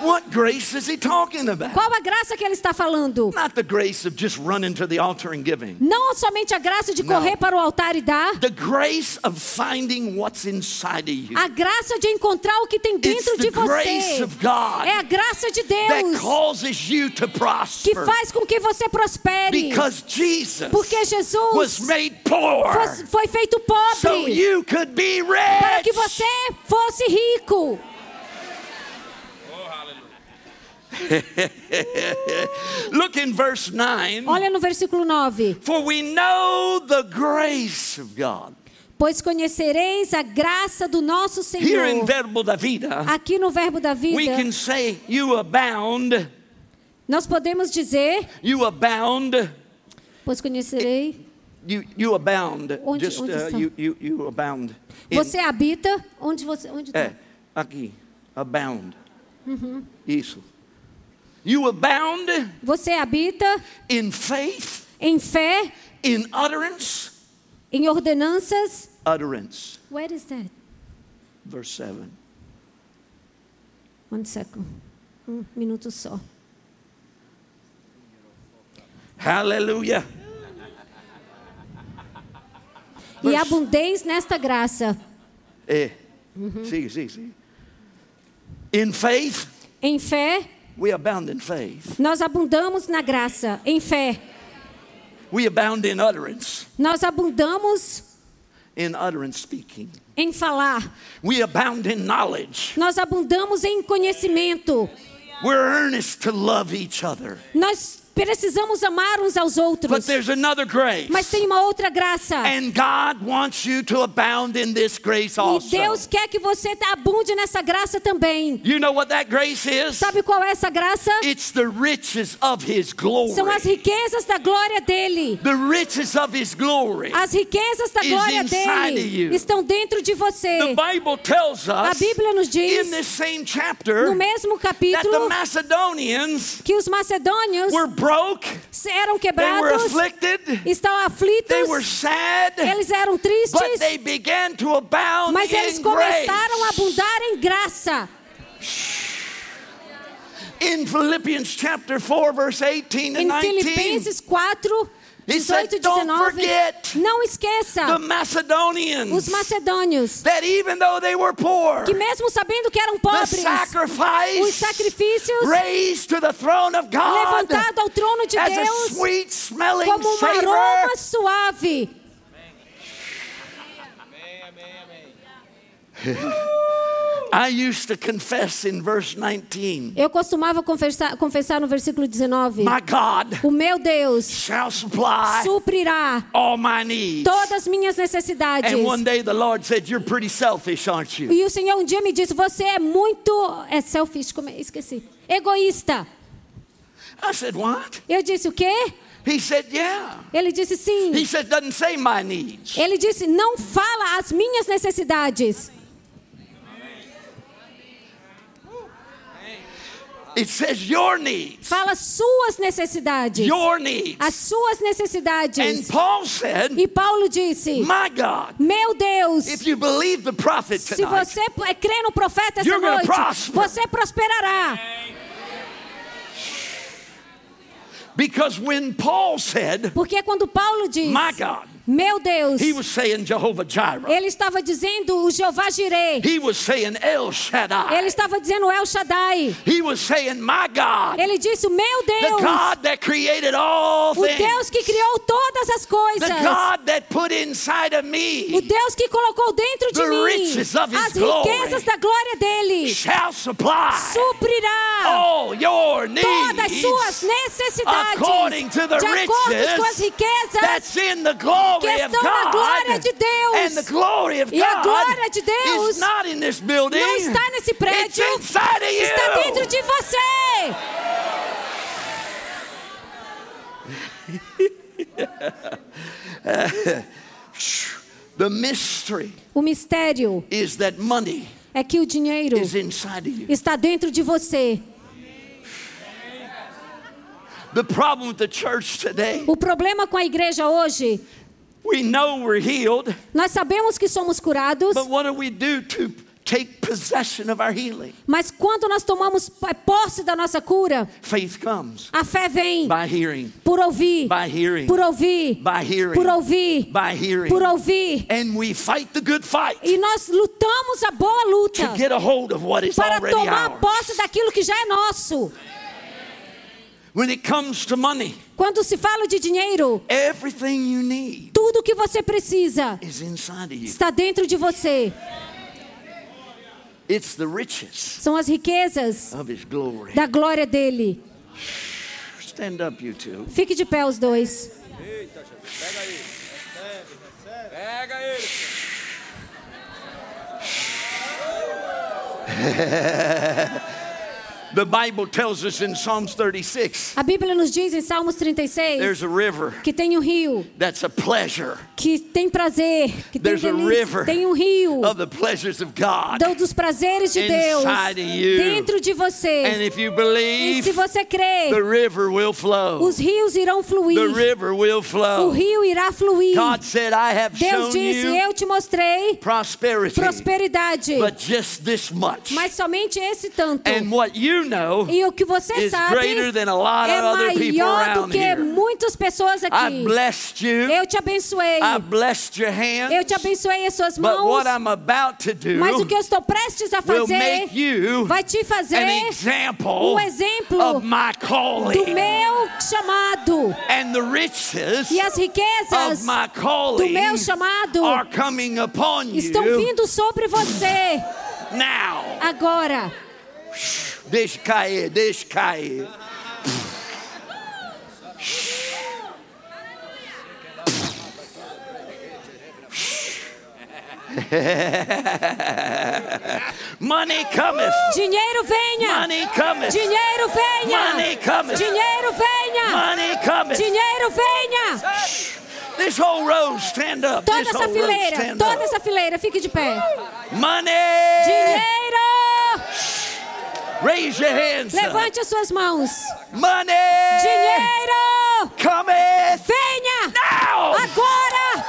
[SPEAKER 2] What grace is he talking about?
[SPEAKER 3] Qual a graça que ele está falando?
[SPEAKER 2] Not the grace of just running to the altar and giving.
[SPEAKER 3] Não somente a graça de correr para o altar e dar,
[SPEAKER 2] The grace of finding what's inside of you.
[SPEAKER 3] a graça de encontrar o que tem dentro
[SPEAKER 2] It's
[SPEAKER 3] de
[SPEAKER 2] the grace
[SPEAKER 3] você.
[SPEAKER 2] of God
[SPEAKER 3] É a graça de
[SPEAKER 2] that
[SPEAKER 3] Deus
[SPEAKER 2] causes you to
[SPEAKER 3] que
[SPEAKER 2] prosper.
[SPEAKER 3] faz com que você prospere.
[SPEAKER 2] Because Jesus
[SPEAKER 3] Porque
[SPEAKER 2] was
[SPEAKER 3] Jesus
[SPEAKER 2] made poor
[SPEAKER 3] fos- foi feito
[SPEAKER 2] so
[SPEAKER 3] pobre
[SPEAKER 2] you could be
[SPEAKER 3] para que
[SPEAKER 2] rich.
[SPEAKER 3] você fosse rico.
[SPEAKER 2] Look in verse 9.
[SPEAKER 3] Olha no versículo 9.
[SPEAKER 2] For we know the grace of God.
[SPEAKER 3] Pois conhecereis a graça do nosso
[SPEAKER 2] Here in
[SPEAKER 3] Senhor.
[SPEAKER 2] Verbo da Vida,
[SPEAKER 3] Aqui no Verbo da
[SPEAKER 2] we can
[SPEAKER 3] Vida,
[SPEAKER 2] say, You abound,
[SPEAKER 3] nós podemos dizer,
[SPEAKER 2] you abound,
[SPEAKER 3] pois conhecerei,
[SPEAKER 2] you, you abound.
[SPEAKER 3] Onde-
[SPEAKER 2] Just
[SPEAKER 3] onde
[SPEAKER 2] uh,
[SPEAKER 3] está?
[SPEAKER 2] you, you, you abound. in-
[SPEAKER 3] você habita onde você onde
[SPEAKER 2] É,
[SPEAKER 3] tá?
[SPEAKER 2] aqui, abound. Mm-hmm. Isso. You abound
[SPEAKER 3] Você habita
[SPEAKER 2] in faith,
[SPEAKER 3] em fé,
[SPEAKER 2] in utterance,
[SPEAKER 3] em ordenanças.
[SPEAKER 2] utterance.
[SPEAKER 3] Where is that?
[SPEAKER 2] Verse 7.
[SPEAKER 3] One second. Um minuto só.
[SPEAKER 2] Hallelujah.
[SPEAKER 3] E abundeis nesta graça,
[SPEAKER 2] É. See, see, see. In faith,
[SPEAKER 3] em fé,
[SPEAKER 2] we abound in faith.
[SPEAKER 3] Nós abundamos na graça, em fé.
[SPEAKER 2] We abound in utterance,
[SPEAKER 3] Nós abundamos
[SPEAKER 2] in utterance speaking.
[SPEAKER 3] em falar.
[SPEAKER 2] We abound in knowledge.
[SPEAKER 3] Nós abundamos em conhecimento.
[SPEAKER 2] We're earnest to love each other.
[SPEAKER 3] Nós precisamos amar uns aos
[SPEAKER 2] But
[SPEAKER 3] outros.
[SPEAKER 2] there's another grace.
[SPEAKER 3] Mas tem uma outra graça.
[SPEAKER 2] And God wants you to abound in this grace
[SPEAKER 3] E
[SPEAKER 2] also.
[SPEAKER 3] Deus quer que você abunde nessa graça também.
[SPEAKER 2] You know what that grace is?
[SPEAKER 3] Sabe qual é essa graça?
[SPEAKER 2] It's the riches of His glory.
[SPEAKER 3] São as riquezas da glória dele.
[SPEAKER 2] The riches of His glory.
[SPEAKER 3] As riquezas da
[SPEAKER 2] Is
[SPEAKER 3] glória
[SPEAKER 2] inside you.
[SPEAKER 3] dele estão dentro de
[SPEAKER 2] The
[SPEAKER 3] você.
[SPEAKER 2] Bible tells
[SPEAKER 3] A
[SPEAKER 2] us
[SPEAKER 3] Bíblia nos
[SPEAKER 2] in
[SPEAKER 3] diz,
[SPEAKER 2] this same chapter
[SPEAKER 3] no mesmo
[SPEAKER 2] that the
[SPEAKER 3] capítulo,
[SPEAKER 2] Macedonians
[SPEAKER 3] que os macedônios
[SPEAKER 2] were broke, they
[SPEAKER 3] eram
[SPEAKER 2] were
[SPEAKER 3] quebrados,
[SPEAKER 2] afflicted,
[SPEAKER 3] estavam
[SPEAKER 2] they were
[SPEAKER 3] aflitos,
[SPEAKER 2] sad,
[SPEAKER 3] eles eram
[SPEAKER 2] but
[SPEAKER 3] tristes,
[SPEAKER 2] they began to abound
[SPEAKER 3] mas eles
[SPEAKER 2] in grace.
[SPEAKER 3] começaram a abundar em graça.
[SPEAKER 2] In Philippians chapter 4, verse 18 and
[SPEAKER 3] Em
[SPEAKER 2] 19,
[SPEAKER 3] Filipenses 4,
[SPEAKER 2] He said,
[SPEAKER 3] 18 e
[SPEAKER 2] "Don't
[SPEAKER 3] 19,
[SPEAKER 2] forget
[SPEAKER 3] não
[SPEAKER 2] the
[SPEAKER 3] esqueça os
[SPEAKER 2] Macedonians,
[SPEAKER 3] macedônios,
[SPEAKER 2] that even though they were poor,
[SPEAKER 3] que mesmo sabendo que eram
[SPEAKER 2] the
[SPEAKER 3] pobres, os
[SPEAKER 2] sacrifice
[SPEAKER 3] sacrifícios
[SPEAKER 2] raised to the throne of God
[SPEAKER 3] levantado ao trono de
[SPEAKER 2] as a
[SPEAKER 3] Deus
[SPEAKER 2] sweet smelling
[SPEAKER 3] como um
[SPEAKER 2] savor.
[SPEAKER 3] aroma suave.
[SPEAKER 2] I used to confess in verse 19,
[SPEAKER 3] Eu costumava confessar, confessar no versículo 19,
[SPEAKER 2] My God
[SPEAKER 3] o meu Deus
[SPEAKER 2] shall supply
[SPEAKER 3] suprirá
[SPEAKER 2] all my needs.
[SPEAKER 3] todas minhas necessidades.
[SPEAKER 2] And one day the Lord said, You're pretty selfish, aren't you?
[SPEAKER 3] E o Senhor um dia me disse: Você é muito. É selfish, como é? Esqueci. Egoísta.
[SPEAKER 2] I said, What?
[SPEAKER 3] Eu disse: O quê?
[SPEAKER 2] He said, Yeah.
[SPEAKER 3] Ele disse:
[SPEAKER 2] He
[SPEAKER 3] Sim.
[SPEAKER 2] said, Doesn't say my needs.
[SPEAKER 3] Ele disse: Não fala as minhas necessidades.
[SPEAKER 2] It says your needs.
[SPEAKER 3] Fala as suas necessidades.
[SPEAKER 2] Your needs.
[SPEAKER 3] As suas
[SPEAKER 2] And
[SPEAKER 3] necessidades.
[SPEAKER 2] Paul said,
[SPEAKER 3] E Paulo disse:
[SPEAKER 2] My God,
[SPEAKER 3] Meu Deus.
[SPEAKER 2] if you believe the prophet
[SPEAKER 3] Se
[SPEAKER 2] tonight,
[SPEAKER 3] você p- crê no profeta essa
[SPEAKER 2] You're gonna
[SPEAKER 3] noite,
[SPEAKER 2] prosper.
[SPEAKER 3] você prosperará.
[SPEAKER 2] because when Paul said,
[SPEAKER 3] Porque quando Paulo diz,
[SPEAKER 2] My God,
[SPEAKER 3] meu Deus,
[SPEAKER 2] he was saying Jehovah Jireh.
[SPEAKER 3] ele estava dizendo o Jeová Jireh,
[SPEAKER 2] He was saying El
[SPEAKER 3] ele
[SPEAKER 2] Shaddai.
[SPEAKER 3] estava dizendo El Shaddai,
[SPEAKER 2] He was saying, My God,
[SPEAKER 3] Ele disse: o Meu
[SPEAKER 2] the
[SPEAKER 3] Deus,
[SPEAKER 2] God that created all
[SPEAKER 3] o
[SPEAKER 2] things,
[SPEAKER 3] Deus que criou todas as
[SPEAKER 2] the
[SPEAKER 3] coisas,
[SPEAKER 2] God that put inside of
[SPEAKER 3] o
[SPEAKER 2] me
[SPEAKER 3] Deus que colocou dentro de
[SPEAKER 2] The
[SPEAKER 3] mim
[SPEAKER 2] riches of His
[SPEAKER 3] as riquezas
[SPEAKER 2] glory.
[SPEAKER 3] da glória dele,
[SPEAKER 2] shall supply
[SPEAKER 3] suprirá
[SPEAKER 2] all your
[SPEAKER 3] todas as suas
[SPEAKER 2] needs according
[SPEAKER 3] necessidades
[SPEAKER 2] to the
[SPEAKER 3] de acordo com as
[SPEAKER 2] riches
[SPEAKER 3] riquezas
[SPEAKER 2] that's in the glory
[SPEAKER 3] que
[SPEAKER 2] of
[SPEAKER 3] estão na glória
[SPEAKER 2] God.
[SPEAKER 3] de Deus.
[SPEAKER 2] And the glory of
[SPEAKER 3] E a glória
[SPEAKER 2] God
[SPEAKER 3] de Deus
[SPEAKER 2] is not in this building.
[SPEAKER 3] não está nesse
[SPEAKER 2] It's
[SPEAKER 3] prédio,
[SPEAKER 2] inside of you.
[SPEAKER 3] está tá dentro de você.
[SPEAKER 2] The mystery
[SPEAKER 3] O mistério
[SPEAKER 2] is that money
[SPEAKER 3] é que o dinheiro
[SPEAKER 2] is inside of you.
[SPEAKER 3] está dentro de você.
[SPEAKER 2] The problem with the church today,
[SPEAKER 3] O problema com a igreja hoje,
[SPEAKER 2] we know we're healed,
[SPEAKER 3] nós sabemos que somos curados.
[SPEAKER 2] but what do we do to take possession of our healing,
[SPEAKER 3] Mas quando nós tomamos posse da nossa cura,
[SPEAKER 2] faith comes
[SPEAKER 3] a fé vem
[SPEAKER 2] by hearing,
[SPEAKER 3] por ouvir,
[SPEAKER 2] by hearing,
[SPEAKER 3] por ouvir,
[SPEAKER 2] by hearing,
[SPEAKER 3] por ouvir,
[SPEAKER 2] by hearing.
[SPEAKER 3] por ouvir.
[SPEAKER 2] And we fight the good fight
[SPEAKER 3] E nós lutamos a boa luta
[SPEAKER 2] to get a hold of what is
[SPEAKER 3] para
[SPEAKER 2] already
[SPEAKER 3] tomar
[SPEAKER 2] ours.
[SPEAKER 3] posse daquilo que já é nosso.
[SPEAKER 2] When it comes to money,
[SPEAKER 3] Quando se fala de dinheiro,
[SPEAKER 2] everything you need
[SPEAKER 3] tudo que você precisa
[SPEAKER 2] is inside of you.
[SPEAKER 3] está dentro de você.
[SPEAKER 2] It's the riches
[SPEAKER 3] São as riquezas
[SPEAKER 2] of His glory.
[SPEAKER 3] da glória dele.
[SPEAKER 2] Stand up, you two.
[SPEAKER 3] Fique de pé os dois.
[SPEAKER 2] The Bible tells us in Psalms 36
[SPEAKER 3] A Bíblia nos diz em Salmos 36
[SPEAKER 2] there's a river
[SPEAKER 3] que tem um rio
[SPEAKER 2] that's a pleasure
[SPEAKER 3] que tem prazer, que tem
[SPEAKER 2] There's a
[SPEAKER 3] delícia,
[SPEAKER 2] river
[SPEAKER 3] tem um rio
[SPEAKER 2] of the pleasures of God.
[SPEAKER 3] do- dos prazeres de Deus
[SPEAKER 2] inside of you.
[SPEAKER 3] dentro de
[SPEAKER 2] And
[SPEAKER 3] você.
[SPEAKER 2] if you
[SPEAKER 3] E se
[SPEAKER 2] believe,
[SPEAKER 3] você
[SPEAKER 2] the
[SPEAKER 3] crê,
[SPEAKER 2] river will flow.
[SPEAKER 3] os rios irão
[SPEAKER 2] The
[SPEAKER 3] fluir,
[SPEAKER 2] river will
[SPEAKER 3] o
[SPEAKER 2] flow.
[SPEAKER 3] rio irá fluir.
[SPEAKER 2] God said, I have
[SPEAKER 3] Deus
[SPEAKER 2] shown
[SPEAKER 3] disse:
[SPEAKER 2] you
[SPEAKER 3] Eu te mostrei
[SPEAKER 2] prosperity,
[SPEAKER 3] prosperidade,
[SPEAKER 2] but just this much.
[SPEAKER 3] mas somente esse tanto.
[SPEAKER 2] And what you know
[SPEAKER 3] E o que você
[SPEAKER 2] is
[SPEAKER 3] sabe
[SPEAKER 2] greater than a lot
[SPEAKER 3] é
[SPEAKER 2] of other people
[SPEAKER 3] maior do
[SPEAKER 2] around
[SPEAKER 3] que
[SPEAKER 2] here.
[SPEAKER 3] muitas pessoas
[SPEAKER 2] I
[SPEAKER 3] aqui.
[SPEAKER 2] blessed you.
[SPEAKER 3] Eu te abençoei.
[SPEAKER 2] I blessed your hands.
[SPEAKER 3] Eu te abençoei as suas
[SPEAKER 2] But
[SPEAKER 3] mãos.
[SPEAKER 2] what I'm about to do
[SPEAKER 3] Mas o que eu estou prestes a
[SPEAKER 2] will
[SPEAKER 3] fazer
[SPEAKER 2] make you
[SPEAKER 3] vai te
[SPEAKER 2] an
[SPEAKER 3] fazer
[SPEAKER 2] example
[SPEAKER 3] um exemplo
[SPEAKER 2] of my
[SPEAKER 3] do
[SPEAKER 2] calling.
[SPEAKER 3] meu chamado.
[SPEAKER 2] And the riches
[SPEAKER 3] E as riquezas
[SPEAKER 2] of my calling
[SPEAKER 3] meu chamado
[SPEAKER 2] are coming upon you
[SPEAKER 3] estão vindo sobre você
[SPEAKER 2] now.
[SPEAKER 3] agora.
[SPEAKER 2] Deixa cair, deixa cair. Money cometh.
[SPEAKER 3] Dinheiro venha!
[SPEAKER 2] Money cometh.
[SPEAKER 3] Dinheiro venha!
[SPEAKER 2] Money cometh.
[SPEAKER 3] Dinheiro venha!
[SPEAKER 2] Money cometh.
[SPEAKER 3] Dinheiro venha!
[SPEAKER 2] This whole row, stand up.
[SPEAKER 3] Toda
[SPEAKER 2] this
[SPEAKER 3] essa
[SPEAKER 2] whole row,
[SPEAKER 3] fileira,
[SPEAKER 2] stand
[SPEAKER 3] toda
[SPEAKER 2] up.
[SPEAKER 3] essa fileira, fique de pé.
[SPEAKER 2] Money.
[SPEAKER 3] Dinheiro!
[SPEAKER 2] Raise your hands. up.
[SPEAKER 3] Levante as suas mãos.
[SPEAKER 2] Money.
[SPEAKER 3] Dinheiro!
[SPEAKER 2] Cometh.
[SPEAKER 3] Venha!
[SPEAKER 2] Now.
[SPEAKER 3] Agora!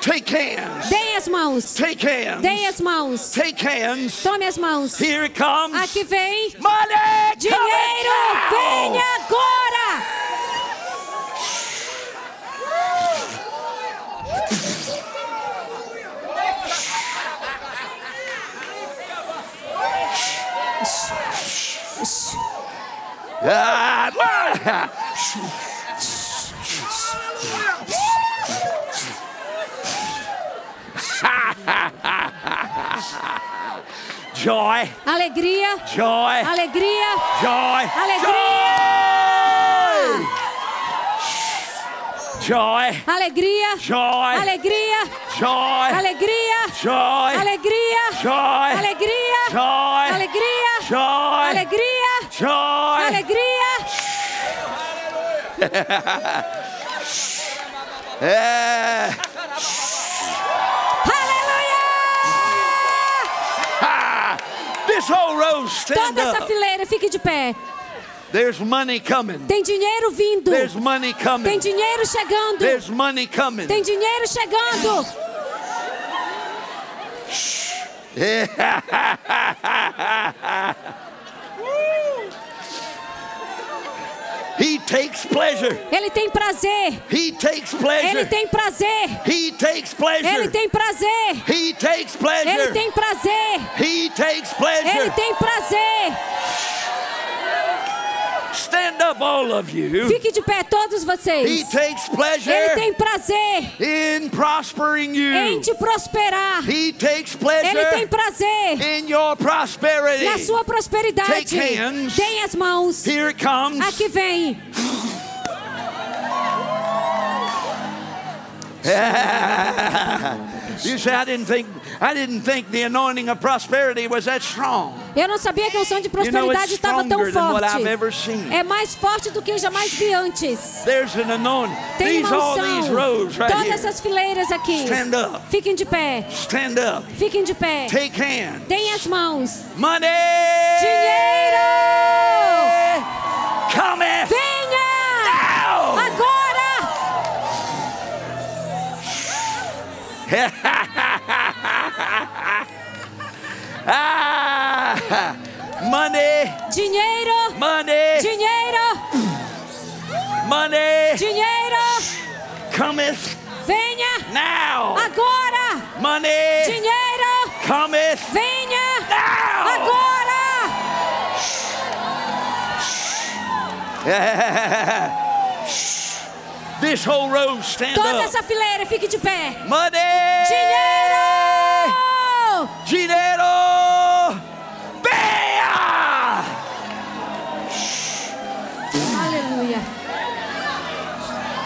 [SPEAKER 2] Take hands.
[SPEAKER 3] Deem as mãos.
[SPEAKER 2] Take hands.
[SPEAKER 3] Deem as mãos.
[SPEAKER 2] Take hands.
[SPEAKER 3] Tome as mãos.
[SPEAKER 2] Here it comes.
[SPEAKER 3] Aqui vem.
[SPEAKER 2] Money. cometh
[SPEAKER 3] Dinheiro,
[SPEAKER 2] now.
[SPEAKER 3] venha agora!
[SPEAKER 2] Ah, Lord. Joy,
[SPEAKER 3] Alegria,
[SPEAKER 2] joy,
[SPEAKER 3] alegria,
[SPEAKER 2] joy,
[SPEAKER 3] alegria!
[SPEAKER 2] joy,
[SPEAKER 3] Alegria,
[SPEAKER 2] joy,
[SPEAKER 3] alegria,
[SPEAKER 2] joy,
[SPEAKER 3] alegria,
[SPEAKER 2] joy,
[SPEAKER 3] alegria,
[SPEAKER 2] joy,
[SPEAKER 3] alegria,
[SPEAKER 2] joy,
[SPEAKER 3] alegria,
[SPEAKER 2] joy,
[SPEAKER 3] alegria,
[SPEAKER 2] joy.
[SPEAKER 3] alegria!
[SPEAKER 2] É.
[SPEAKER 3] Aleluia!
[SPEAKER 2] Ha! ah! This whole row stand
[SPEAKER 3] Toda essa
[SPEAKER 2] up.
[SPEAKER 3] fileira, fique de pé.
[SPEAKER 2] There's money coming.
[SPEAKER 3] Tem dinheiro vindo.
[SPEAKER 2] There's money
[SPEAKER 3] Tem
[SPEAKER 2] coming.
[SPEAKER 3] dinheiro chegando.
[SPEAKER 2] There's money coming.
[SPEAKER 3] Tem dinheiro chegando.
[SPEAKER 2] He takes pleasure.
[SPEAKER 3] Ele tem prazer.
[SPEAKER 2] He takes
[SPEAKER 3] Ele
[SPEAKER 2] pleasure.
[SPEAKER 3] tem prazer.
[SPEAKER 2] He takes
[SPEAKER 3] Ele
[SPEAKER 2] pleasure.
[SPEAKER 3] tem prazer.
[SPEAKER 2] He takes
[SPEAKER 3] Ele
[SPEAKER 2] pleasure.
[SPEAKER 3] tem prazer.
[SPEAKER 2] He takes
[SPEAKER 3] Ele
[SPEAKER 2] pleasure.
[SPEAKER 3] tem prazer.
[SPEAKER 2] Stand up, all of you.
[SPEAKER 3] Fique de pé todos
[SPEAKER 2] He
[SPEAKER 3] vocês.
[SPEAKER 2] takes
[SPEAKER 3] Ele
[SPEAKER 2] pleasure
[SPEAKER 3] tem prazer
[SPEAKER 2] in prospering
[SPEAKER 3] em
[SPEAKER 2] you.
[SPEAKER 3] te prosperar.
[SPEAKER 2] He takes
[SPEAKER 3] Ele
[SPEAKER 2] pleasure
[SPEAKER 3] tem prazer
[SPEAKER 2] in your
[SPEAKER 3] na
[SPEAKER 2] prosperity.
[SPEAKER 3] sua prosperidade.
[SPEAKER 2] Take hands.
[SPEAKER 3] Tem as mãos.
[SPEAKER 2] Here it comes.
[SPEAKER 3] Aqui vem.
[SPEAKER 2] You say I didn't think I didn't think the anointing of prosperity was that strong.
[SPEAKER 3] Eu não sabia que a unção de
[SPEAKER 2] You know, it's
[SPEAKER 3] prosperidade estava tão
[SPEAKER 2] stronger than what I've
[SPEAKER 3] forte.
[SPEAKER 2] ever seen.
[SPEAKER 3] É mais forte do que eu jamais vi antes.
[SPEAKER 2] There's an anointing.
[SPEAKER 3] Tem
[SPEAKER 2] These
[SPEAKER 3] uma
[SPEAKER 2] all
[SPEAKER 3] unção.
[SPEAKER 2] these roads right
[SPEAKER 3] Todas
[SPEAKER 2] here.
[SPEAKER 3] essas fileiras aqui.
[SPEAKER 2] Stand up.
[SPEAKER 3] Fiquem de pé.
[SPEAKER 2] Stand up.
[SPEAKER 3] Fiquem de pé.
[SPEAKER 2] Take hand.
[SPEAKER 3] Deem as mãos.
[SPEAKER 2] Money.
[SPEAKER 3] Dinheiro!
[SPEAKER 2] Cometh.
[SPEAKER 3] Venha!
[SPEAKER 2] Now.
[SPEAKER 3] Agora!
[SPEAKER 2] Ah. Money,
[SPEAKER 3] Dinheiro,
[SPEAKER 2] money,
[SPEAKER 3] dinheiro,
[SPEAKER 2] money
[SPEAKER 3] dinheiro,
[SPEAKER 2] cometh
[SPEAKER 3] venha Ah.
[SPEAKER 2] now.
[SPEAKER 3] agora.
[SPEAKER 2] Money
[SPEAKER 3] Dinheiro,
[SPEAKER 2] cometh
[SPEAKER 3] venha Ah,
[SPEAKER 2] now.
[SPEAKER 3] agora.
[SPEAKER 2] This whole row stand
[SPEAKER 3] Toda
[SPEAKER 2] up.
[SPEAKER 3] essa fileira, fique de pé.
[SPEAKER 2] Money,
[SPEAKER 3] Dinheiro!
[SPEAKER 2] dinero, venha.
[SPEAKER 3] Aleluia.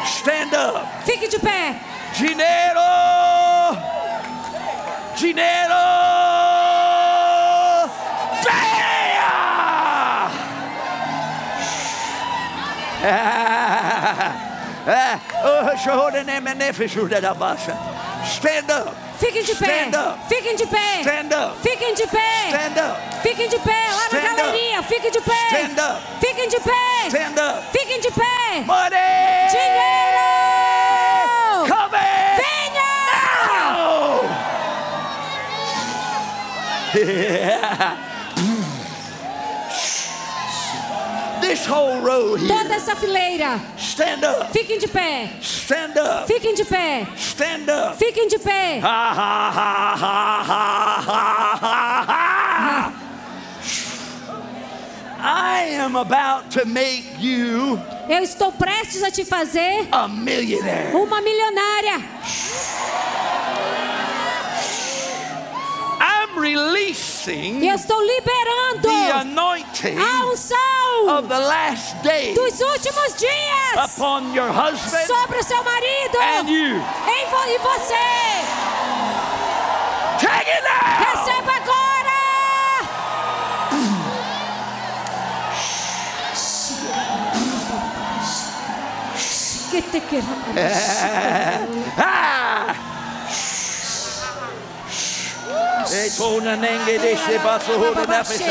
[SPEAKER 2] Stand up.
[SPEAKER 3] Fique de pé.
[SPEAKER 2] Dinheiro! Dinheiro! Venha! É, o choro nem me nem fechura da baixa. Stand up!
[SPEAKER 3] Fiquem de pé.
[SPEAKER 2] Stand up.
[SPEAKER 3] Fiquem de pé.
[SPEAKER 2] Stand up!
[SPEAKER 3] Fiquem de pé.
[SPEAKER 2] Stand up!
[SPEAKER 3] Fiquem de pé lá na
[SPEAKER 2] Stand up.
[SPEAKER 3] galeria. Fiquem de pé.
[SPEAKER 2] Stand up!
[SPEAKER 3] Fiquem de pé.
[SPEAKER 2] Stand up!
[SPEAKER 3] Fiquem de pé.
[SPEAKER 2] Money!
[SPEAKER 3] Dinheiro!
[SPEAKER 2] Come in!
[SPEAKER 3] Venha!
[SPEAKER 2] This whole row here.
[SPEAKER 3] Toda essa fileira.
[SPEAKER 2] Stand up.
[SPEAKER 3] Fiquem de pé.
[SPEAKER 2] Stand up.
[SPEAKER 3] Fiquem de pé.
[SPEAKER 2] Stand up.
[SPEAKER 3] Fiquem de pé.
[SPEAKER 2] Ha ha ha ha ha ha ha ha. I am about to make you
[SPEAKER 3] Eu estou prestes a te fazer
[SPEAKER 2] a millionaire.
[SPEAKER 3] uma milionária.
[SPEAKER 2] I'm releasing
[SPEAKER 3] E eu estou liberando
[SPEAKER 2] the anointing
[SPEAKER 3] a unção
[SPEAKER 2] of the last day
[SPEAKER 3] dos últimos
[SPEAKER 2] Ah,
[SPEAKER 3] dias
[SPEAKER 2] upon your husband
[SPEAKER 3] sobre o seu marido
[SPEAKER 2] and you.
[SPEAKER 3] em vo- e você.
[SPEAKER 2] Take it now.
[SPEAKER 3] Receba agora!
[SPEAKER 2] Eh, Ah! Ei, pô, nengue, deixe baixo, roda na pessoa.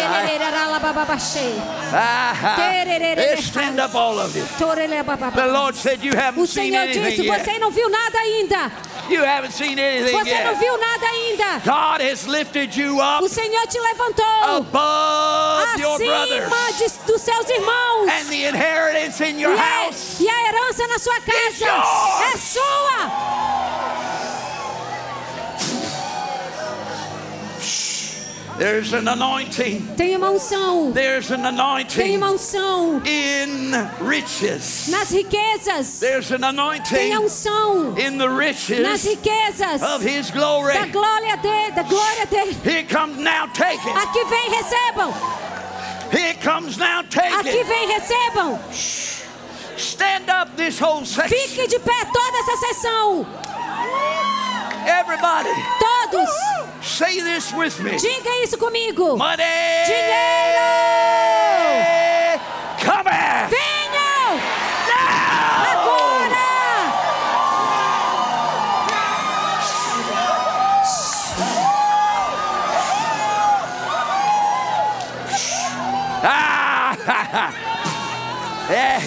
[SPEAKER 2] Ah, ah. Stand up, all of you. The Lord said you haven't
[SPEAKER 3] O
[SPEAKER 2] seen
[SPEAKER 3] Senhor disse:
[SPEAKER 2] anything yet.
[SPEAKER 3] Você não viu nada ainda.
[SPEAKER 2] You haven't seen anything
[SPEAKER 3] Você não
[SPEAKER 2] yet.
[SPEAKER 3] viu nada ainda.
[SPEAKER 2] God has lifted you up
[SPEAKER 3] O Senhor te levantou
[SPEAKER 2] above your brothers
[SPEAKER 3] acima de- dos seus irmãos.
[SPEAKER 2] and the inheritance in
[SPEAKER 3] E
[SPEAKER 2] your
[SPEAKER 3] a,
[SPEAKER 2] house.
[SPEAKER 3] e a herança na sua casa
[SPEAKER 2] yours.
[SPEAKER 3] é sua.
[SPEAKER 2] There's an anointing.
[SPEAKER 3] Tem uma unção.
[SPEAKER 2] There's an
[SPEAKER 3] Tem
[SPEAKER 2] anointing
[SPEAKER 3] uma unção
[SPEAKER 2] in riches.
[SPEAKER 3] nas riquezas.
[SPEAKER 2] There's an
[SPEAKER 3] Tem a
[SPEAKER 2] anointing
[SPEAKER 3] unção
[SPEAKER 2] in the
[SPEAKER 3] nas
[SPEAKER 2] riches
[SPEAKER 3] riquezas
[SPEAKER 2] of His glory.
[SPEAKER 3] da glória dele, da glória dele.
[SPEAKER 2] Here comes now, take it.
[SPEAKER 3] Aqui vem, recebam.
[SPEAKER 2] Here comes now, take
[SPEAKER 3] Aqui
[SPEAKER 2] it.
[SPEAKER 3] vem, recebam.
[SPEAKER 2] Stand up, this whole section.
[SPEAKER 3] Fique de pé toda essa sessão.
[SPEAKER 2] Everybody,
[SPEAKER 3] Todos.
[SPEAKER 2] say this with me.
[SPEAKER 3] Diga isso comigo.
[SPEAKER 2] Money.
[SPEAKER 3] Dinheiro.
[SPEAKER 2] Come back.
[SPEAKER 3] Venham
[SPEAKER 2] Now.
[SPEAKER 3] agora.
[SPEAKER 2] Ah, ha, ha. yeah,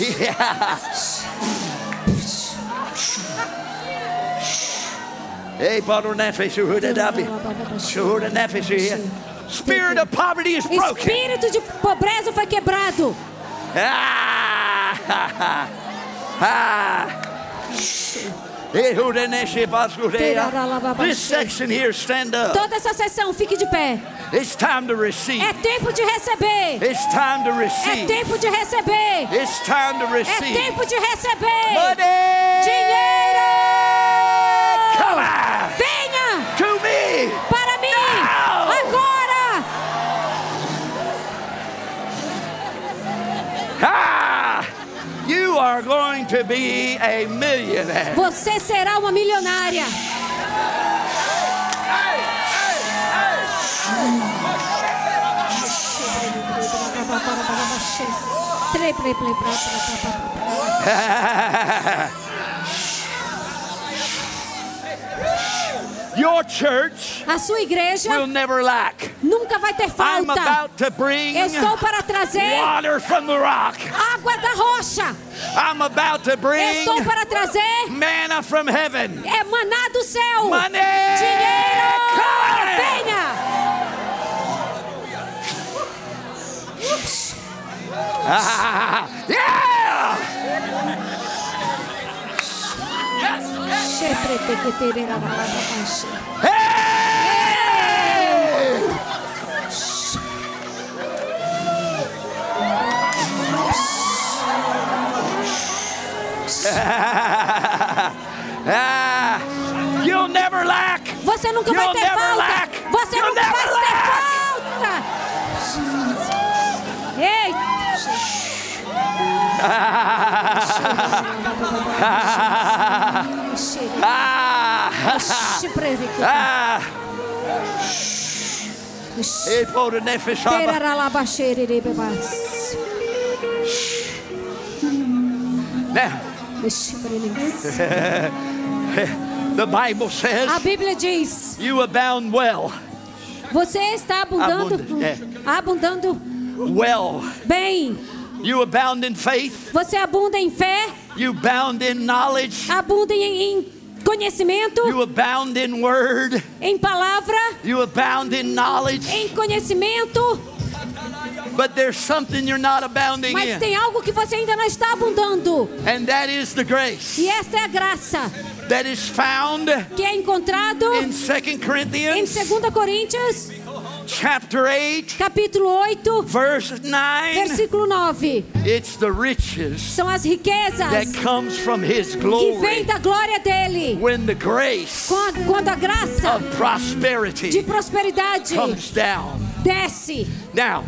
[SPEAKER 2] yeah. Hey, Father Nefesh, who did that be? Who did that be here? Spirit of poverty is broken.
[SPEAKER 3] Espírito de pobreza foi quebrado.
[SPEAKER 2] Ah, ha, ha. Ah. Hey, who did that shit, Pastor? This section here, stand up.
[SPEAKER 3] Toda essa sessão, fique de pé.
[SPEAKER 2] It's time to receive.
[SPEAKER 3] É tempo de receber.
[SPEAKER 2] It's time to
[SPEAKER 3] É
[SPEAKER 2] receive.
[SPEAKER 3] tempo de receber.
[SPEAKER 2] It's time to
[SPEAKER 3] É
[SPEAKER 2] receive.
[SPEAKER 3] tempo de receber.
[SPEAKER 2] Money.
[SPEAKER 3] Dinheiro.
[SPEAKER 2] Come on.
[SPEAKER 3] Venha
[SPEAKER 2] To me.
[SPEAKER 3] para mim
[SPEAKER 2] Não!
[SPEAKER 3] agora.
[SPEAKER 2] Ah, you are going to be a millionaire.
[SPEAKER 3] Você será uma milionária.
[SPEAKER 2] Your church
[SPEAKER 3] A sua igreja
[SPEAKER 2] will never lack.
[SPEAKER 3] nunca vai ter
[SPEAKER 2] I'm
[SPEAKER 3] falta.
[SPEAKER 2] about to bring
[SPEAKER 3] Eu estou para trazer
[SPEAKER 2] water from the rock.
[SPEAKER 3] água da rocha.
[SPEAKER 2] I'm about to
[SPEAKER 3] Eu
[SPEAKER 2] bring
[SPEAKER 3] estou para trazer
[SPEAKER 2] manna from heaven.
[SPEAKER 3] é maná do céu.
[SPEAKER 2] Money.
[SPEAKER 3] Dinheiro.
[SPEAKER 2] Come on.
[SPEAKER 3] Venha.
[SPEAKER 2] Ah, yeah! É! Ah, you'll never lack.
[SPEAKER 3] Você nunca vai
[SPEAKER 2] You'll
[SPEAKER 3] ter
[SPEAKER 2] never
[SPEAKER 3] falta.
[SPEAKER 2] lack.
[SPEAKER 3] Você
[SPEAKER 2] You'll
[SPEAKER 3] nunca
[SPEAKER 2] never
[SPEAKER 3] vai ter
[SPEAKER 2] lack.
[SPEAKER 3] falta. Ei!
[SPEAKER 2] Ah, ah, ah. Ei, pô, do nefesh haba. Now, The Bible
[SPEAKER 3] A
[SPEAKER 2] says
[SPEAKER 3] Bíblia diz:
[SPEAKER 2] you abound well.
[SPEAKER 3] Você está abundando,
[SPEAKER 2] Abunda- é.
[SPEAKER 3] abundando
[SPEAKER 2] Well,
[SPEAKER 3] bem.
[SPEAKER 2] you abound in faith,
[SPEAKER 3] Você abunda em fé,
[SPEAKER 2] you abound in knowledge,
[SPEAKER 3] abunda em, em conhecimento,
[SPEAKER 2] you abound in word,
[SPEAKER 3] em palavra,
[SPEAKER 2] you abound in knowledge.
[SPEAKER 3] em conhecimento.
[SPEAKER 2] But there's something you're not abounding
[SPEAKER 3] Mas
[SPEAKER 2] in,
[SPEAKER 3] tem algo que você ainda não está abundando.
[SPEAKER 2] and that is the grace
[SPEAKER 3] E esta é a graça
[SPEAKER 2] that is found
[SPEAKER 3] que é encontrado
[SPEAKER 2] in Second
[SPEAKER 3] em
[SPEAKER 2] Corinthians
[SPEAKER 3] 2 Coríntios,
[SPEAKER 2] chapter 8,
[SPEAKER 3] capítulo 8,
[SPEAKER 2] verse 9.
[SPEAKER 3] versículo 9.
[SPEAKER 2] It's the riches
[SPEAKER 3] São as riquezas
[SPEAKER 2] that comes from his
[SPEAKER 3] que vem
[SPEAKER 2] glory
[SPEAKER 3] da glória dele.
[SPEAKER 2] when the grace
[SPEAKER 3] Quando quando a graça
[SPEAKER 2] of
[SPEAKER 3] de
[SPEAKER 2] prosperity
[SPEAKER 3] prosperidade
[SPEAKER 2] comes down.
[SPEAKER 3] desce.
[SPEAKER 2] Now,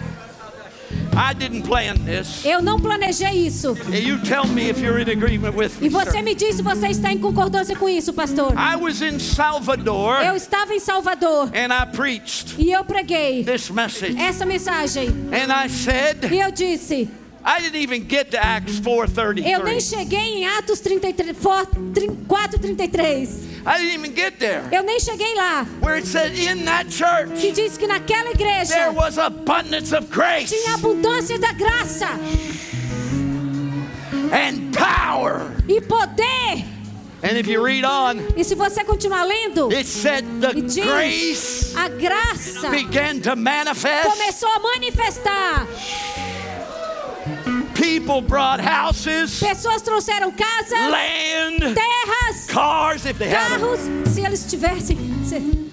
[SPEAKER 2] I didn't plan this.
[SPEAKER 3] Eu não planejei isso.
[SPEAKER 2] And you tell me if you're in agreement with
[SPEAKER 3] E
[SPEAKER 2] me.
[SPEAKER 3] você
[SPEAKER 2] sir.
[SPEAKER 3] me diz se você está em concordância com isso, pastor.
[SPEAKER 2] I was in Salvador
[SPEAKER 3] Eu estava em Salvador
[SPEAKER 2] and I preached
[SPEAKER 3] e eu preguei
[SPEAKER 2] this message.
[SPEAKER 3] essa mensagem.
[SPEAKER 2] And I said,
[SPEAKER 3] E eu disse,
[SPEAKER 2] I didn't even get to Acts
[SPEAKER 3] eu nem
[SPEAKER 2] 4:33.
[SPEAKER 3] cheguei em Atos 33, for- trin- 4:33.
[SPEAKER 2] I didn't even get there.
[SPEAKER 3] Eu nem cheguei lá.
[SPEAKER 2] Where it said in that church
[SPEAKER 3] Que diz que naquela
[SPEAKER 2] there
[SPEAKER 3] igreja
[SPEAKER 2] was abundance of grace
[SPEAKER 3] tinha abundância da graça
[SPEAKER 2] and power.
[SPEAKER 3] e poder.
[SPEAKER 2] And if you read on,
[SPEAKER 3] E se você continuar lendo,
[SPEAKER 2] it said the
[SPEAKER 3] e diz,
[SPEAKER 2] grace
[SPEAKER 3] a graça
[SPEAKER 2] began to manifest.
[SPEAKER 3] começou a manifestar.
[SPEAKER 2] People brought houses,
[SPEAKER 3] Pessoas trouxeram casas,
[SPEAKER 2] land,
[SPEAKER 3] terras,
[SPEAKER 2] cars if they had them.
[SPEAKER 3] carros, se eles tivessem. se-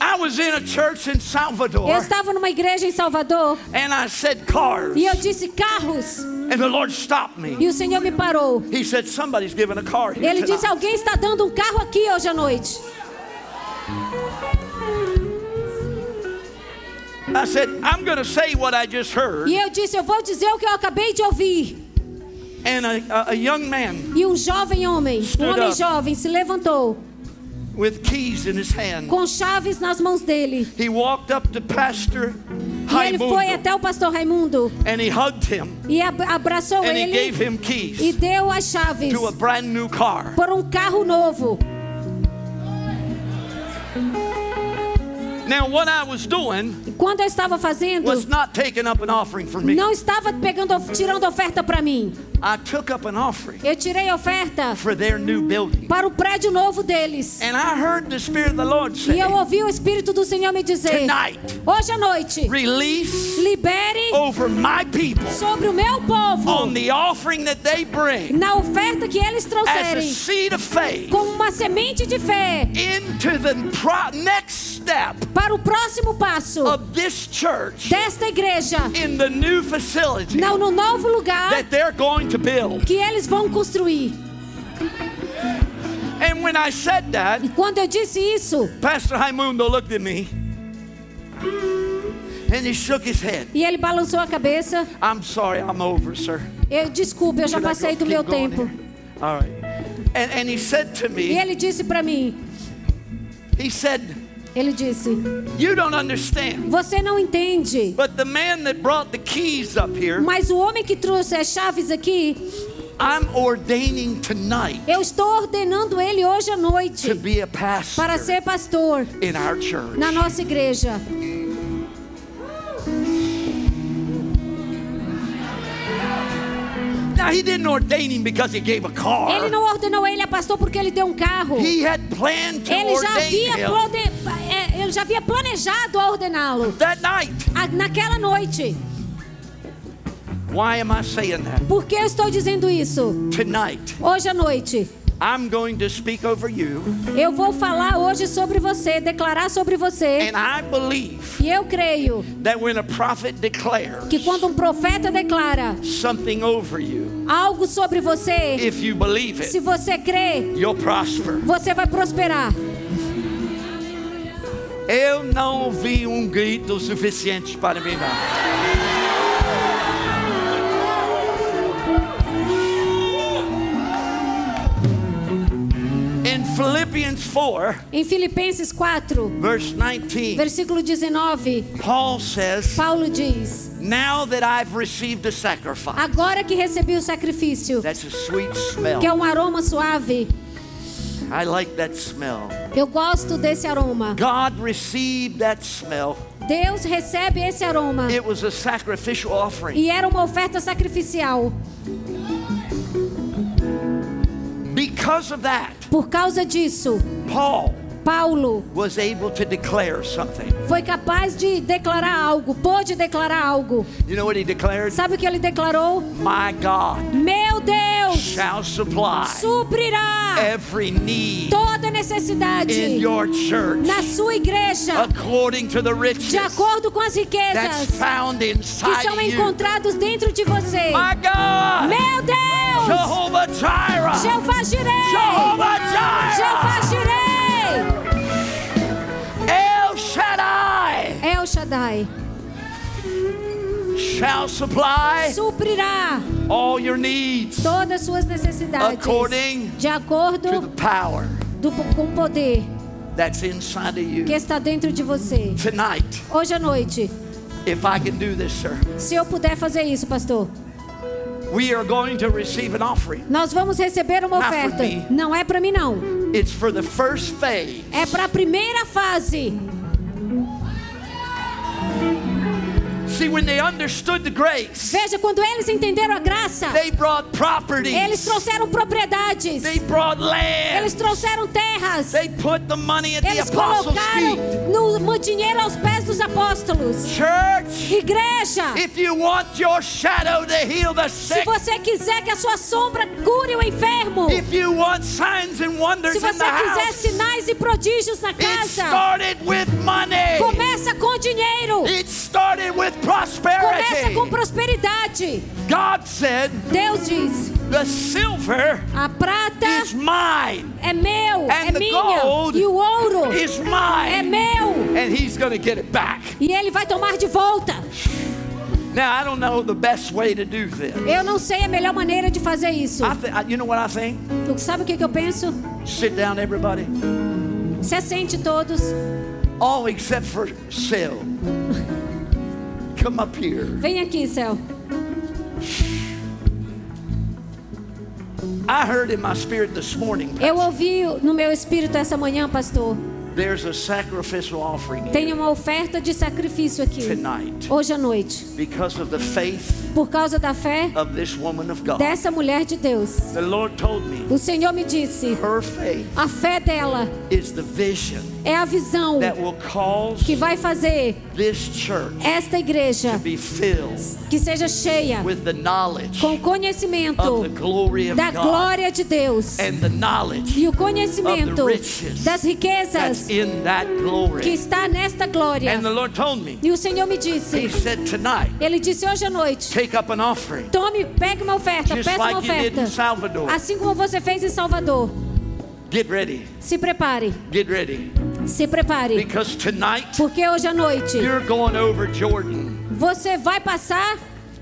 [SPEAKER 2] I was in a church in
[SPEAKER 3] Eu
[SPEAKER 2] Salvador
[SPEAKER 3] estava numa igreja em Salvador
[SPEAKER 2] and I said cars.
[SPEAKER 3] e eu disse carros
[SPEAKER 2] And the Lord stopped me.
[SPEAKER 3] e o Senhor me parou.
[SPEAKER 2] He said, Somebody's giving a car here.
[SPEAKER 3] Ele disse:
[SPEAKER 2] tonight."
[SPEAKER 3] Alguém está dando um carro aqui hoje à noite.
[SPEAKER 2] I said, I'm going to say what I just heard.
[SPEAKER 3] E eu disse: Eu vou dizer o que eu acabei de ouvir.
[SPEAKER 2] And a, a, a young man
[SPEAKER 3] E um jovem homem, um homem jovem, se levantou
[SPEAKER 2] with keys in his hand,
[SPEAKER 3] com chaves nas mãos dele.
[SPEAKER 2] he walked up to Pastor
[SPEAKER 3] E ele foi
[SPEAKER 2] Raimundo
[SPEAKER 3] até o pastor Raimundo
[SPEAKER 2] and he hugged him
[SPEAKER 3] e ab- abraçou
[SPEAKER 2] and he gave
[SPEAKER 3] ele
[SPEAKER 2] him
[SPEAKER 3] e
[SPEAKER 2] keys
[SPEAKER 3] deu as chaves
[SPEAKER 2] to a brand new car.
[SPEAKER 3] por um carro novo.
[SPEAKER 2] Now, what I was doing
[SPEAKER 3] E quando eu estava fazendo,
[SPEAKER 2] was not taking up an offering for me.
[SPEAKER 3] não estava pegando, of- tirando oferta para mim.
[SPEAKER 2] I took up an offering
[SPEAKER 3] Eu tirei oferta
[SPEAKER 2] for their new building.
[SPEAKER 3] para o prédio novo deles.
[SPEAKER 2] And I heard the Spirit of the Lord
[SPEAKER 3] E
[SPEAKER 2] say,
[SPEAKER 3] eu ouvi o Espírito do Senhor me dizer:
[SPEAKER 2] Tonight.
[SPEAKER 3] Hoje à noite,
[SPEAKER 2] Release
[SPEAKER 3] libere
[SPEAKER 2] over my people
[SPEAKER 3] sobre o meu povo
[SPEAKER 2] Oh. on the offering that they bring
[SPEAKER 3] na oferta que eles
[SPEAKER 2] as a
[SPEAKER 3] trouxerem,
[SPEAKER 2] seed of faith
[SPEAKER 3] como uma semente de fé,
[SPEAKER 2] into the pro- next step
[SPEAKER 3] para o próximo passo
[SPEAKER 2] of this church
[SPEAKER 3] desta igreja,
[SPEAKER 2] in the new facility
[SPEAKER 3] não no novo lugar
[SPEAKER 2] that they're going to build.
[SPEAKER 3] que eles vão construir.
[SPEAKER 2] And when I said that,
[SPEAKER 3] E quando eu disse isso,
[SPEAKER 2] Pastor Raimundo looked at me and he shook his head.
[SPEAKER 3] e ele balançou a cabeça,
[SPEAKER 2] I'm sorry, I'm over, sir.
[SPEAKER 3] eu desculpe, eu já
[SPEAKER 2] Should I
[SPEAKER 3] passei
[SPEAKER 2] go-
[SPEAKER 3] do meu
[SPEAKER 2] keep going
[SPEAKER 3] tempo.
[SPEAKER 2] here? All right. And, and he said to
[SPEAKER 3] E
[SPEAKER 2] me,
[SPEAKER 3] ele disse para mim,
[SPEAKER 2] he said,
[SPEAKER 3] ele disse:
[SPEAKER 2] You don't understand.
[SPEAKER 3] Você não entende.
[SPEAKER 2] But the man that brought the keys up here,
[SPEAKER 3] Mas o homem que trouxe as chaves aqui,
[SPEAKER 2] I'm ordaining tonight
[SPEAKER 3] eu estou ordenando ele hoje à noite
[SPEAKER 2] to be a pastor
[SPEAKER 3] para ser pastor
[SPEAKER 2] in our church.
[SPEAKER 3] na nossa igreja.
[SPEAKER 2] Now, he didn't ordain him because he gave a car.
[SPEAKER 3] Ele não ordenou ele a pastor porque ele deu um carro.
[SPEAKER 2] He had planned to
[SPEAKER 3] Ele já
[SPEAKER 2] ordain
[SPEAKER 3] havia,
[SPEAKER 2] him
[SPEAKER 3] plane- é, ele já havia planejado a ordená-lo.
[SPEAKER 2] that night.
[SPEAKER 3] A- Naquela noite,
[SPEAKER 2] Why am I saying that?
[SPEAKER 3] Por que eu estou dizendo isso?
[SPEAKER 2] Tonight,
[SPEAKER 3] Hoje à noite,
[SPEAKER 2] I'm going to speak over you,
[SPEAKER 3] eu vou falar hoje sobre você, declarar sobre você.
[SPEAKER 2] and I believe
[SPEAKER 3] E eu creio
[SPEAKER 2] that when a prophet declares
[SPEAKER 3] que quando um profeta declara
[SPEAKER 2] something over you,
[SPEAKER 3] algo sobre você,
[SPEAKER 2] if you believe
[SPEAKER 3] se
[SPEAKER 2] it,
[SPEAKER 3] você crê,
[SPEAKER 2] you'll prosper.
[SPEAKER 3] você vai prosperar.
[SPEAKER 2] Eu não ouvi um grito suficiente para mim, não. In Philippians 4,
[SPEAKER 3] Em Filipenses 4,
[SPEAKER 2] verse 19,
[SPEAKER 3] versículo 19,
[SPEAKER 2] Paul says,
[SPEAKER 3] Paulo diz:
[SPEAKER 2] Now that I've received the sacrifice,
[SPEAKER 3] Agora que recebi o sacrifício,
[SPEAKER 2] that's a sweet
[SPEAKER 3] que é
[SPEAKER 2] smell.
[SPEAKER 3] um aroma suave,
[SPEAKER 2] I like that smell.
[SPEAKER 3] eu gosto desse aroma.
[SPEAKER 2] God received that smell.
[SPEAKER 3] Deus recebe esse aroma.
[SPEAKER 2] It was a sacrificial offering
[SPEAKER 3] E era uma oferta sacrificial.
[SPEAKER 2] because of that.
[SPEAKER 3] Por causa disso,
[SPEAKER 2] Paul
[SPEAKER 3] Paulo
[SPEAKER 2] was able to declare something.
[SPEAKER 3] foi capaz de declarar algo, pôde declarar algo.
[SPEAKER 2] You know what he declared?
[SPEAKER 3] Sabe o que ele declarou?
[SPEAKER 2] My God
[SPEAKER 3] Meu Deus
[SPEAKER 2] shall supply
[SPEAKER 3] suprirá
[SPEAKER 2] every need
[SPEAKER 3] toda
[SPEAKER 2] in
[SPEAKER 3] necessidade
[SPEAKER 2] your church
[SPEAKER 3] na sua igreja,
[SPEAKER 2] according to the riches
[SPEAKER 3] de acordo com as
[SPEAKER 2] that's
[SPEAKER 3] riquezas
[SPEAKER 2] found
[SPEAKER 3] que
[SPEAKER 2] inside
[SPEAKER 3] são
[SPEAKER 2] of you.
[SPEAKER 3] encontrados dentro de você.
[SPEAKER 2] My God,
[SPEAKER 3] Meu Deus!
[SPEAKER 2] Jehovah Jireh,
[SPEAKER 3] Jeová Jirei!
[SPEAKER 2] Jeová Jireh!
[SPEAKER 3] Jeová Jirei!
[SPEAKER 2] El Shaddai
[SPEAKER 3] El Shaddai
[SPEAKER 2] shall supply
[SPEAKER 3] suprirá
[SPEAKER 2] all your needs
[SPEAKER 3] todas as suas necessidades
[SPEAKER 2] According
[SPEAKER 3] de
[SPEAKER 2] to the
[SPEAKER 3] acordo
[SPEAKER 2] power
[SPEAKER 3] do, com o poder
[SPEAKER 2] that's inside of
[SPEAKER 3] que
[SPEAKER 2] you.
[SPEAKER 3] está dentro de você.
[SPEAKER 2] Tonight,
[SPEAKER 3] Hoje à noite,
[SPEAKER 2] if I can do this, sir,
[SPEAKER 3] se eu puder fazer isso, pastor,
[SPEAKER 2] we are going to receive an offering.
[SPEAKER 3] nós vamos receber uma
[SPEAKER 2] Not for
[SPEAKER 3] oferta.
[SPEAKER 2] me.
[SPEAKER 3] Não é para mim não,
[SPEAKER 2] It's for the first phase
[SPEAKER 3] é para a primeira fase.
[SPEAKER 2] See, when they understood the grace,
[SPEAKER 3] Veja quando eles entenderam a graça,
[SPEAKER 2] they brought property.
[SPEAKER 3] eles trouxeram propriedades,
[SPEAKER 2] They brought land.
[SPEAKER 3] eles trouxeram terras,
[SPEAKER 2] They put the money at the
[SPEAKER 3] eles
[SPEAKER 2] apostles'
[SPEAKER 3] colocaram
[SPEAKER 2] feet.
[SPEAKER 3] no, no dinheiro aos pés dos apóstolos.
[SPEAKER 2] Church,
[SPEAKER 3] Igreja,
[SPEAKER 2] if you want your shadow to heal the
[SPEAKER 3] se
[SPEAKER 2] sick,
[SPEAKER 3] você quiser que a sua sombra cure o enfermo,
[SPEAKER 2] if you want signs and wonders
[SPEAKER 3] Se
[SPEAKER 2] in the
[SPEAKER 3] você quiser
[SPEAKER 2] house,
[SPEAKER 3] sinais e prodígios na
[SPEAKER 2] it
[SPEAKER 3] casa,
[SPEAKER 2] started with money.
[SPEAKER 3] começa com dinheiro.
[SPEAKER 2] It started with
[SPEAKER 3] Começa
[SPEAKER 2] prosperity.
[SPEAKER 3] com prosperidade.
[SPEAKER 2] God said,
[SPEAKER 3] Deus diz:
[SPEAKER 2] "The silver
[SPEAKER 3] a prata
[SPEAKER 2] is mine,
[SPEAKER 3] é meu, é
[SPEAKER 2] and the
[SPEAKER 3] minha,
[SPEAKER 2] gold
[SPEAKER 3] e o ouro
[SPEAKER 2] is
[SPEAKER 3] é
[SPEAKER 2] mine,
[SPEAKER 3] meu,
[SPEAKER 2] and He's going to get it back."
[SPEAKER 3] e ele vai tomar de volta.
[SPEAKER 2] Now, I don't know the best way to do this.
[SPEAKER 3] Eu não sei a melhor maneira de fazer isso.
[SPEAKER 2] I th- I, you know what I think?
[SPEAKER 3] Tu Sabe o que, que eu penso?
[SPEAKER 2] Sit down, everybody.
[SPEAKER 3] Se assente todos,
[SPEAKER 2] All except for Sil. Come up here.
[SPEAKER 3] vem aqui, céu.
[SPEAKER 2] I heard in my spirit this morning
[SPEAKER 3] Eu ouvi no meu espírito essa manhã, pastor.
[SPEAKER 2] there's a sacrificial offering here
[SPEAKER 3] Tem uma oferta de sacrifício aqui,
[SPEAKER 2] tonight
[SPEAKER 3] hoje à noite,
[SPEAKER 2] because of the faith
[SPEAKER 3] por causa da fé
[SPEAKER 2] of this woman of God.
[SPEAKER 3] dessa mulher de Deus.
[SPEAKER 2] The Lord told me
[SPEAKER 3] O Senhor me disse:
[SPEAKER 2] her faith
[SPEAKER 3] a fé dela
[SPEAKER 2] is the vision
[SPEAKER 3] é a visão
[SPEAKER 2] that will cause
[SPEAKER 3] que vai fazer
[SPEAKER 2] this church
[SPEAKER 3] esta igreja
[SPEAKER 2] to be filled
[SPEAKER 3] que seja cheia
[SPEAKER 2] with the knowledge
[SPEAKER 3] com
[SPEAKER 2] of the
[SPEAKER 3] conhecimento
[SPEAKER 2] glory of
[SPEAKER 3] da
[SPEAKER 2] God
[SPEAKER 3] glória de Deus
[SPEAKER 2] and the knowledge
[SPEAKER 3] e o conhecimento
[SPEAKER 2] of the riches
[SPEAKER 3] das riquezas
[SPEAKER 2] that's in that
[SPEAKER 3] que
[SPEAKER 2] glory.
[SPEAKER 3] está nesta glória.
[SPEAKER 2] And the Lord told me,
[SPEAKER 3] E o Senhor me
[SPEAKER 2] He
[SPEAKER 3] disse:
[SPEAKER 2] said, tonight,
[SPEAKER 3] Ele disse hoje à noite,
[SPEAKER 2] take up an offering,
[SPEAKER 3] tome, pegue uma oferta,
[SPEAKER 2] just
[SPEAKER 3] peça uma
[SPEAKER 2] like you did
[SPEAKER 3] oferta,
[SPEAKER 2] in Salvador.
[SPEAKER 3] assim como você fez em Salvador.
[SPEAKER 2] Get ready,
[SPEAKER 3] Se prepare,
[SPEAKER 2] get ready,
[SPEAKER 3] se prepare,
[SPEAKER 2] because tonight
[SPEAKER 3] porque hoje à noite
[SPEAKER 2] you're going over Jordan.
[SPEAKER 3] você vai passar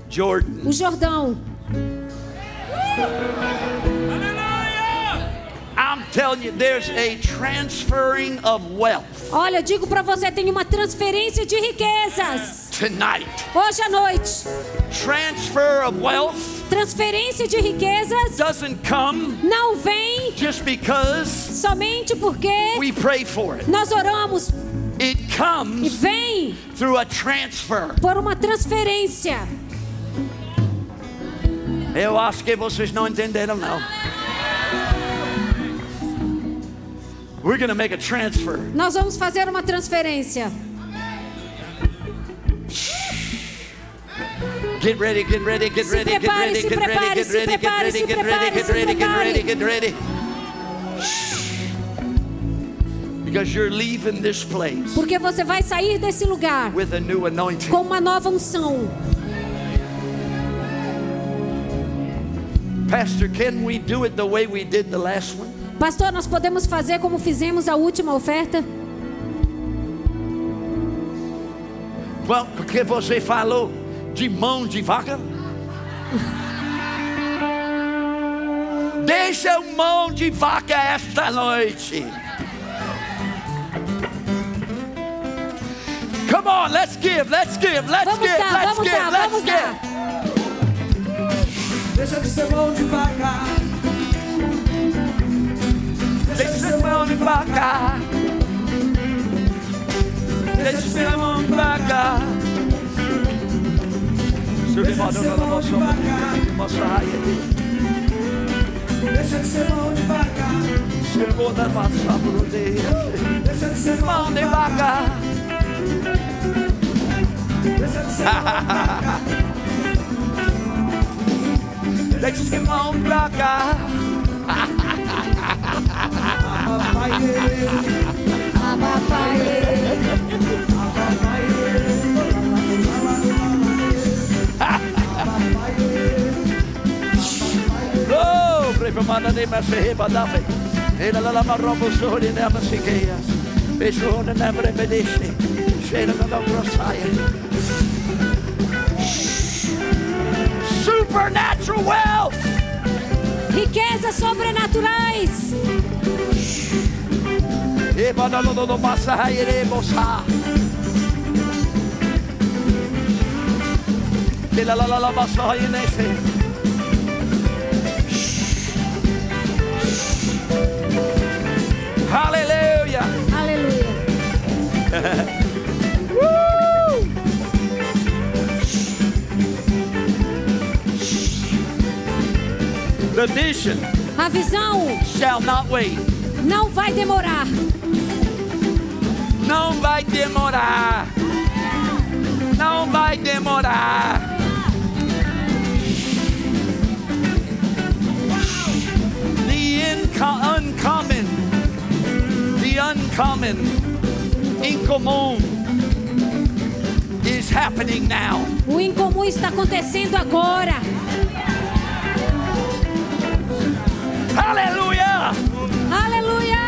[SPEAKER 2] Jordan.
[SPEAKER 3] o Jordão.
[SPEAKER 2] I'm telling you, there's a transferring of wealth
[SPEAKER 3] Olha, eu digo pra você, tem uma transferência de riquezas.
[SPEAKER 2] tonight.
[SPEAKER 3] Hoje à noite,
[SPEAKER 2] Transfer of wealth
[SPEAKER 3] transferência de riquezas
[SPEAKER 2] doesn't come
[SPEAKER 3] não vem
[SPEAKER 2] just because
[SPEAKER 3] somente porque
[SPEAKER 2] we pray for it.
[SPEAKER 3] nós oramos
[SPEAKER 2] It
[SPEAKER 3] e
[SPEAKER 2] comes
[SPEAKER 3] vem
[SPEAKER 2] through a transfer.
[SPEAKER 3] por uma transferência.
[SPEAKER 2] Eu acho que vocês não entenderam, não. We're going to make a transfer.
[SPEAKER 3] Nós vamos fazer uma transferência.
[SPEAKER 2] Get ready, get ready, get
[SPEAKER 3] Se
[SPEAKER 2] ready, get
[SPEAKER 3] prepare,
[SPEAKER 2] ready,
[SPEAKER 3] se
[SPEAKER 2] get ready,
[SPEAKER 3] prepare,
[SPEAKER 2] get
[SPEAKER 3] se
[SPEAKER 2] ready, get
[SPEAKER 3] prepare,
[SPEAKER 2] ready,
[SPEAKER 3] se
[SPEAKER 2] get ready,
[SPEAKER 3] prepare,
[SPEAKER 2] get
[SPEAKER 3] se
[SPEAKER 2] ready, get ready,
[SPEAKER 3] prepare.
[SPEAKER 2] get ready. Because you're leaving this place
[SPEAKER 3] Porque você vai sair desse lugar
[SPEAKER 2] with a new anointing.
[SPEAKER 3] com uma nova unção.
[SPEAKER 2] Pastor, can we do it the way we did the last one?
[SPEAKER 3] Pastor, nós podemos fazer como fizemos a última oferta?
[SPEAKER 2] Well, porque você falou de mão de vaca. Deixa o mão de vaca esta noite. Come on, let's give, let's give, let's
[SPEAKER 3] Vamos
[SPEAKER 2] give,
[SPEAKER 3] dar,
[SPEAKER 2] let's
[SPEAKER 3] vamos
[SPEAKER 2] give,
[SPEAKER 3] dar,
[SPEAKER 2] let's
[SPEAKER 3] vamos
[SPEAKER 2] give.
[SPEAKER 3] dar.
[SPEAKER 4] Deixa de ser mão de vaca.
[SPEAKER 2] Deixa a mão de vaca. Deixa a mão de vaca.
[SPEAKER 4] Deixa de ser mão de vaca. Deixa de ser mão de vaca.
[SPEAKER 2] Chegou da passar por Deus.
[SPEAKER 4] Deixa de ser
[SPEAKER 2] Mão de vaca.
[SPEAKER 4] Deixa de ser mão de vaca.
[SPEAKER 2] Deixa a mão de vaca.
[SPEAKER 4] Papai,
[SPEAKER 2] Oh, prego, manda nem mais se rebadafe. Ele lá lava rombo sori ne ama siqueia. Pessoa ne prebedice. Cheira da da grossaia. Supernatural wealth.
[SPEAKER 3] Riquezas sobrenaturais.
[SPEAKER 2] E bada lo do do passa haire bossa. Ele lá lá lava sori ne se. Hallelujah.
[SPEAKER 3] Aleluia.
[SPEAKER 2] The vision
[SPEAKER 3] A visão
[SPEAKER 2] shall not wait.
[SPEAKER 3] não vai demorar.
[SPEAKER 2] Não vai demorar. Não vai demorar. The inco- uncommon. The uncommon. Incomum is happening now.
[SPEAKER 3] O incomum está acontecendo agora.
[SPEAKER 2] Hallelujah.
[SPEAKER 3] Aleluia.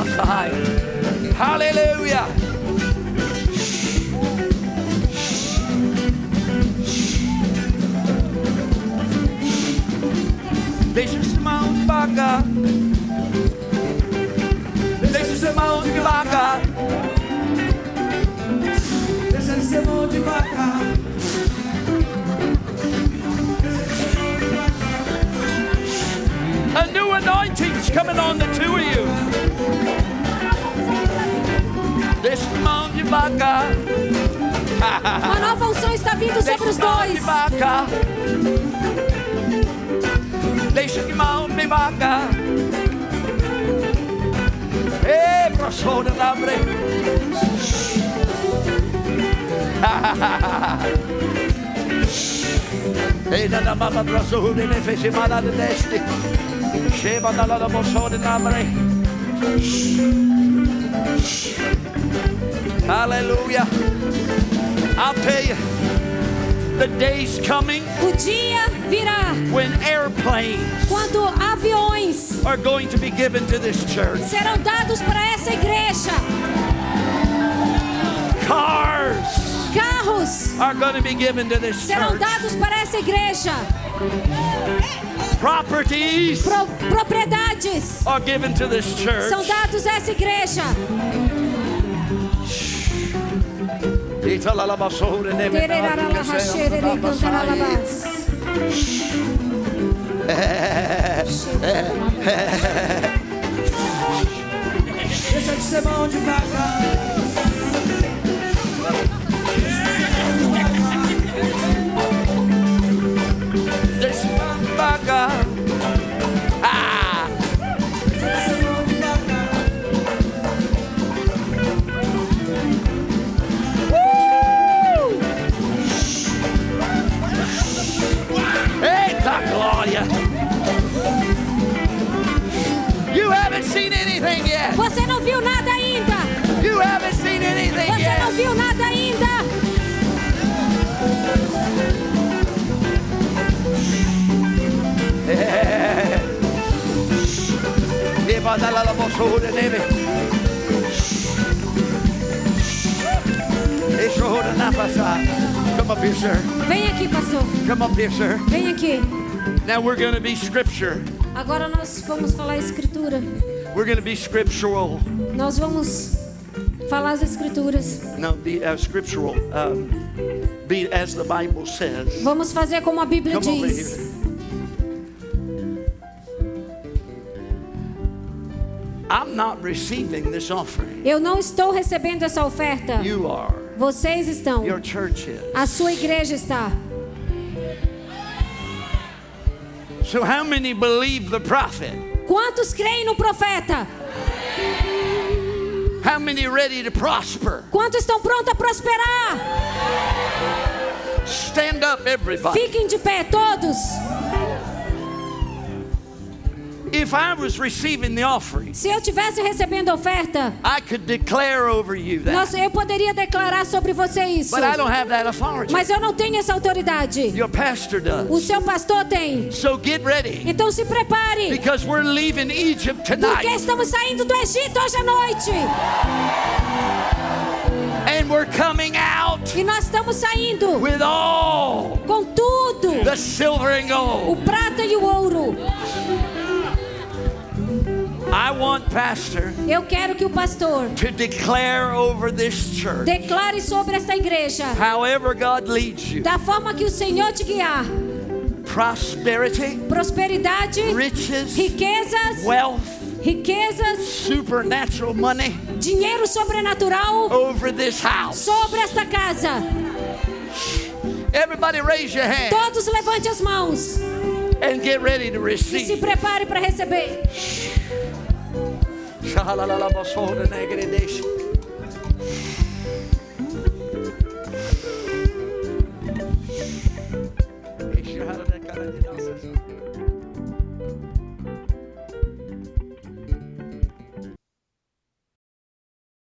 [SPEAKER 2] né, Hallelujah. Deixa esse mão de vaca. Deixa esse mão de vaca.
[SPEAKER 4] Deixa de ser mão de vaca.
[SPEAKER 2] A new anointing's coming on the two of you. Deixa esse mão de vaca.
[SPEAKER 3] Uma nova unção está vindo sobre os
[SPEAKER 2] Deixa mão de
[SPEAKER 3] dois.
[SPEAKER 2] vaca. Deixa de mão de vaca. Ei, professora, abre. Ei, na mama professora, nem fez mal de deste. Chega da lada professora, abre. Aleluia. I'll tell you. The day's coming
[SPEAKER 3] O dia virá
[SPEAKER 2] when airplanes
[SPEAKER 3] quando aviões
[SPEAKER 2] are going to be given to this church.
[SPEAKER 3] serão dados para essa igreja.
[SPEAKER 2] Cars
[SPEAKER 3] Carros
[SPEAKER 2] are going to be given to this
[SPEAKER 3] serão
[SPEAKER 2] church.
[SPEAKER 3] dados para essa igreja.
[SPEAKER 2] Properties
[SPEAKER 3] Pro- propriedades
[SPEAKER 2] are given to this church.
[SPEAKER 3] são dados a essa igreja. Tereraralahasherericantaralabás.
[SPEAKER 4] Deixa de ser mão de vaca.
[SPEAKER 2] This motherfucker. Ah,
[SPEAKER 4] Deixa de ser mão de vaca.
[SPEAKER 2] é? Deixa o rodo na passar. Come up here, sir.
[SPEAKER 3] Vem aqui, pastor.
[SPEAKER 2] Come up here, sir.
[SPEAKER 3] Vem aqui.
[SPEAKER 2] Now we're going to be scripture.
[SPEAKER 3] Agora nós vamos falar a escritura.
[SPEAKER 2] We're going to be scriptural.
[SPEAKER 3] Nós vamos falar as escrituras.
[SPEAKER 2] No, the uh, scriptural. Um, be as the Bible says.
[SPEAKER 3] Vamos fazer como a Bíblia
[SPEAKER 2] Come over
[SPEAKER 3] diz.
[SPEAKER 2] here. I'm not receiving this offering.
[SPEAKER 3] Eu não estou recebendo essa oferta.
[SPEAKER 2] You are.
[SPEAKER 3] Vocês estão.
[SPEAKER 2] Your church is.
[SPEAKER 3] A sua igreja está.
[SPEAKER 2] So, how many believe the prophet?
[SPEAKER 3] Quantos creem no profeta?
[SPEAKER 2] How many ready to prosper?
[SPEAKER 3] Quantos estão prontos a prosperar?
[SPEAKER 2] Stand up, everybody.
[SPEAKER 3] Fiquem de pé todos.
[SPEAKER 2] If I was receiving the offering,
[SPEAKER 3] Se eu tivesse recebendo a oferta,
[SPEAKER 2] I could declare over you that.
[SPEAKER 3] nós- eu poderia declarar sobre você isso.
[SPEAKER 2] But I don't have that authority.
[SPEAKER 3] Mas eu não tenho essa autoridade.
[SPEAKER 2] Your pastor
[SPEAKER 3] O
[SPEAKER 2] does.
[SPEAKER 3] seu pastor tem.
[SPEAKER 2] So get ready
[SPEAKER 3] Então se prepare.
[SPEAKER 2] because we're leaving Egypt
[SPEAKER 3] Porque
[SPEAKER 2] tonight
[SPEAKER 3] estamos saindo do Egito hoje à noite.
[SPEAKER 2] and we're coming out
[SPEAKER 3] E nós estamos saindo
[SPEAKER 2] with all
[SPEAKER 3] com tudo.
[SPEAKER 2] the silver and
[SPEAKER 3] O
[SPEAKER 2] gold.
[SPEAKER 3] prata e o ouro.
[SPEAKER 2] I want pastor
[SPEAKER 3] Eu quero que o pastor
[SPEAKER 2] to declare over this church
[SPEAKER 3] declare sobre esta igreja.
[SPEAKER 2] however God leads you
[SPEAKER 3] Da forma que o Senhor te guiar.
[SPEAKER 2] prosperity,
[SPEAKER 3] Prosperidade,
[SPEAKER 2] riches,
[SPEAKER 3] riquezas,
[SPEAKER 2] wealth,
[SPEAKER 3] riquezas,
[SPEAKER 2] supernatural money
[SPEAKER 3] dinheiro sobrenatural
[SPEAKER 2] over this house.
[SPEAKER 3] sobre esta casa.
[SPEAKER 2] Everybody raise your hand
[SPEAKER 3] Todos levante as mãos
[SPEAKER 2] and get ready to
[SPEAKER 3] e se
[SPEAKER 2] receive.
[SPEAKER 3] prepare para receber.
[SPEAKER 2] Shahalalalabasodanagadidesh.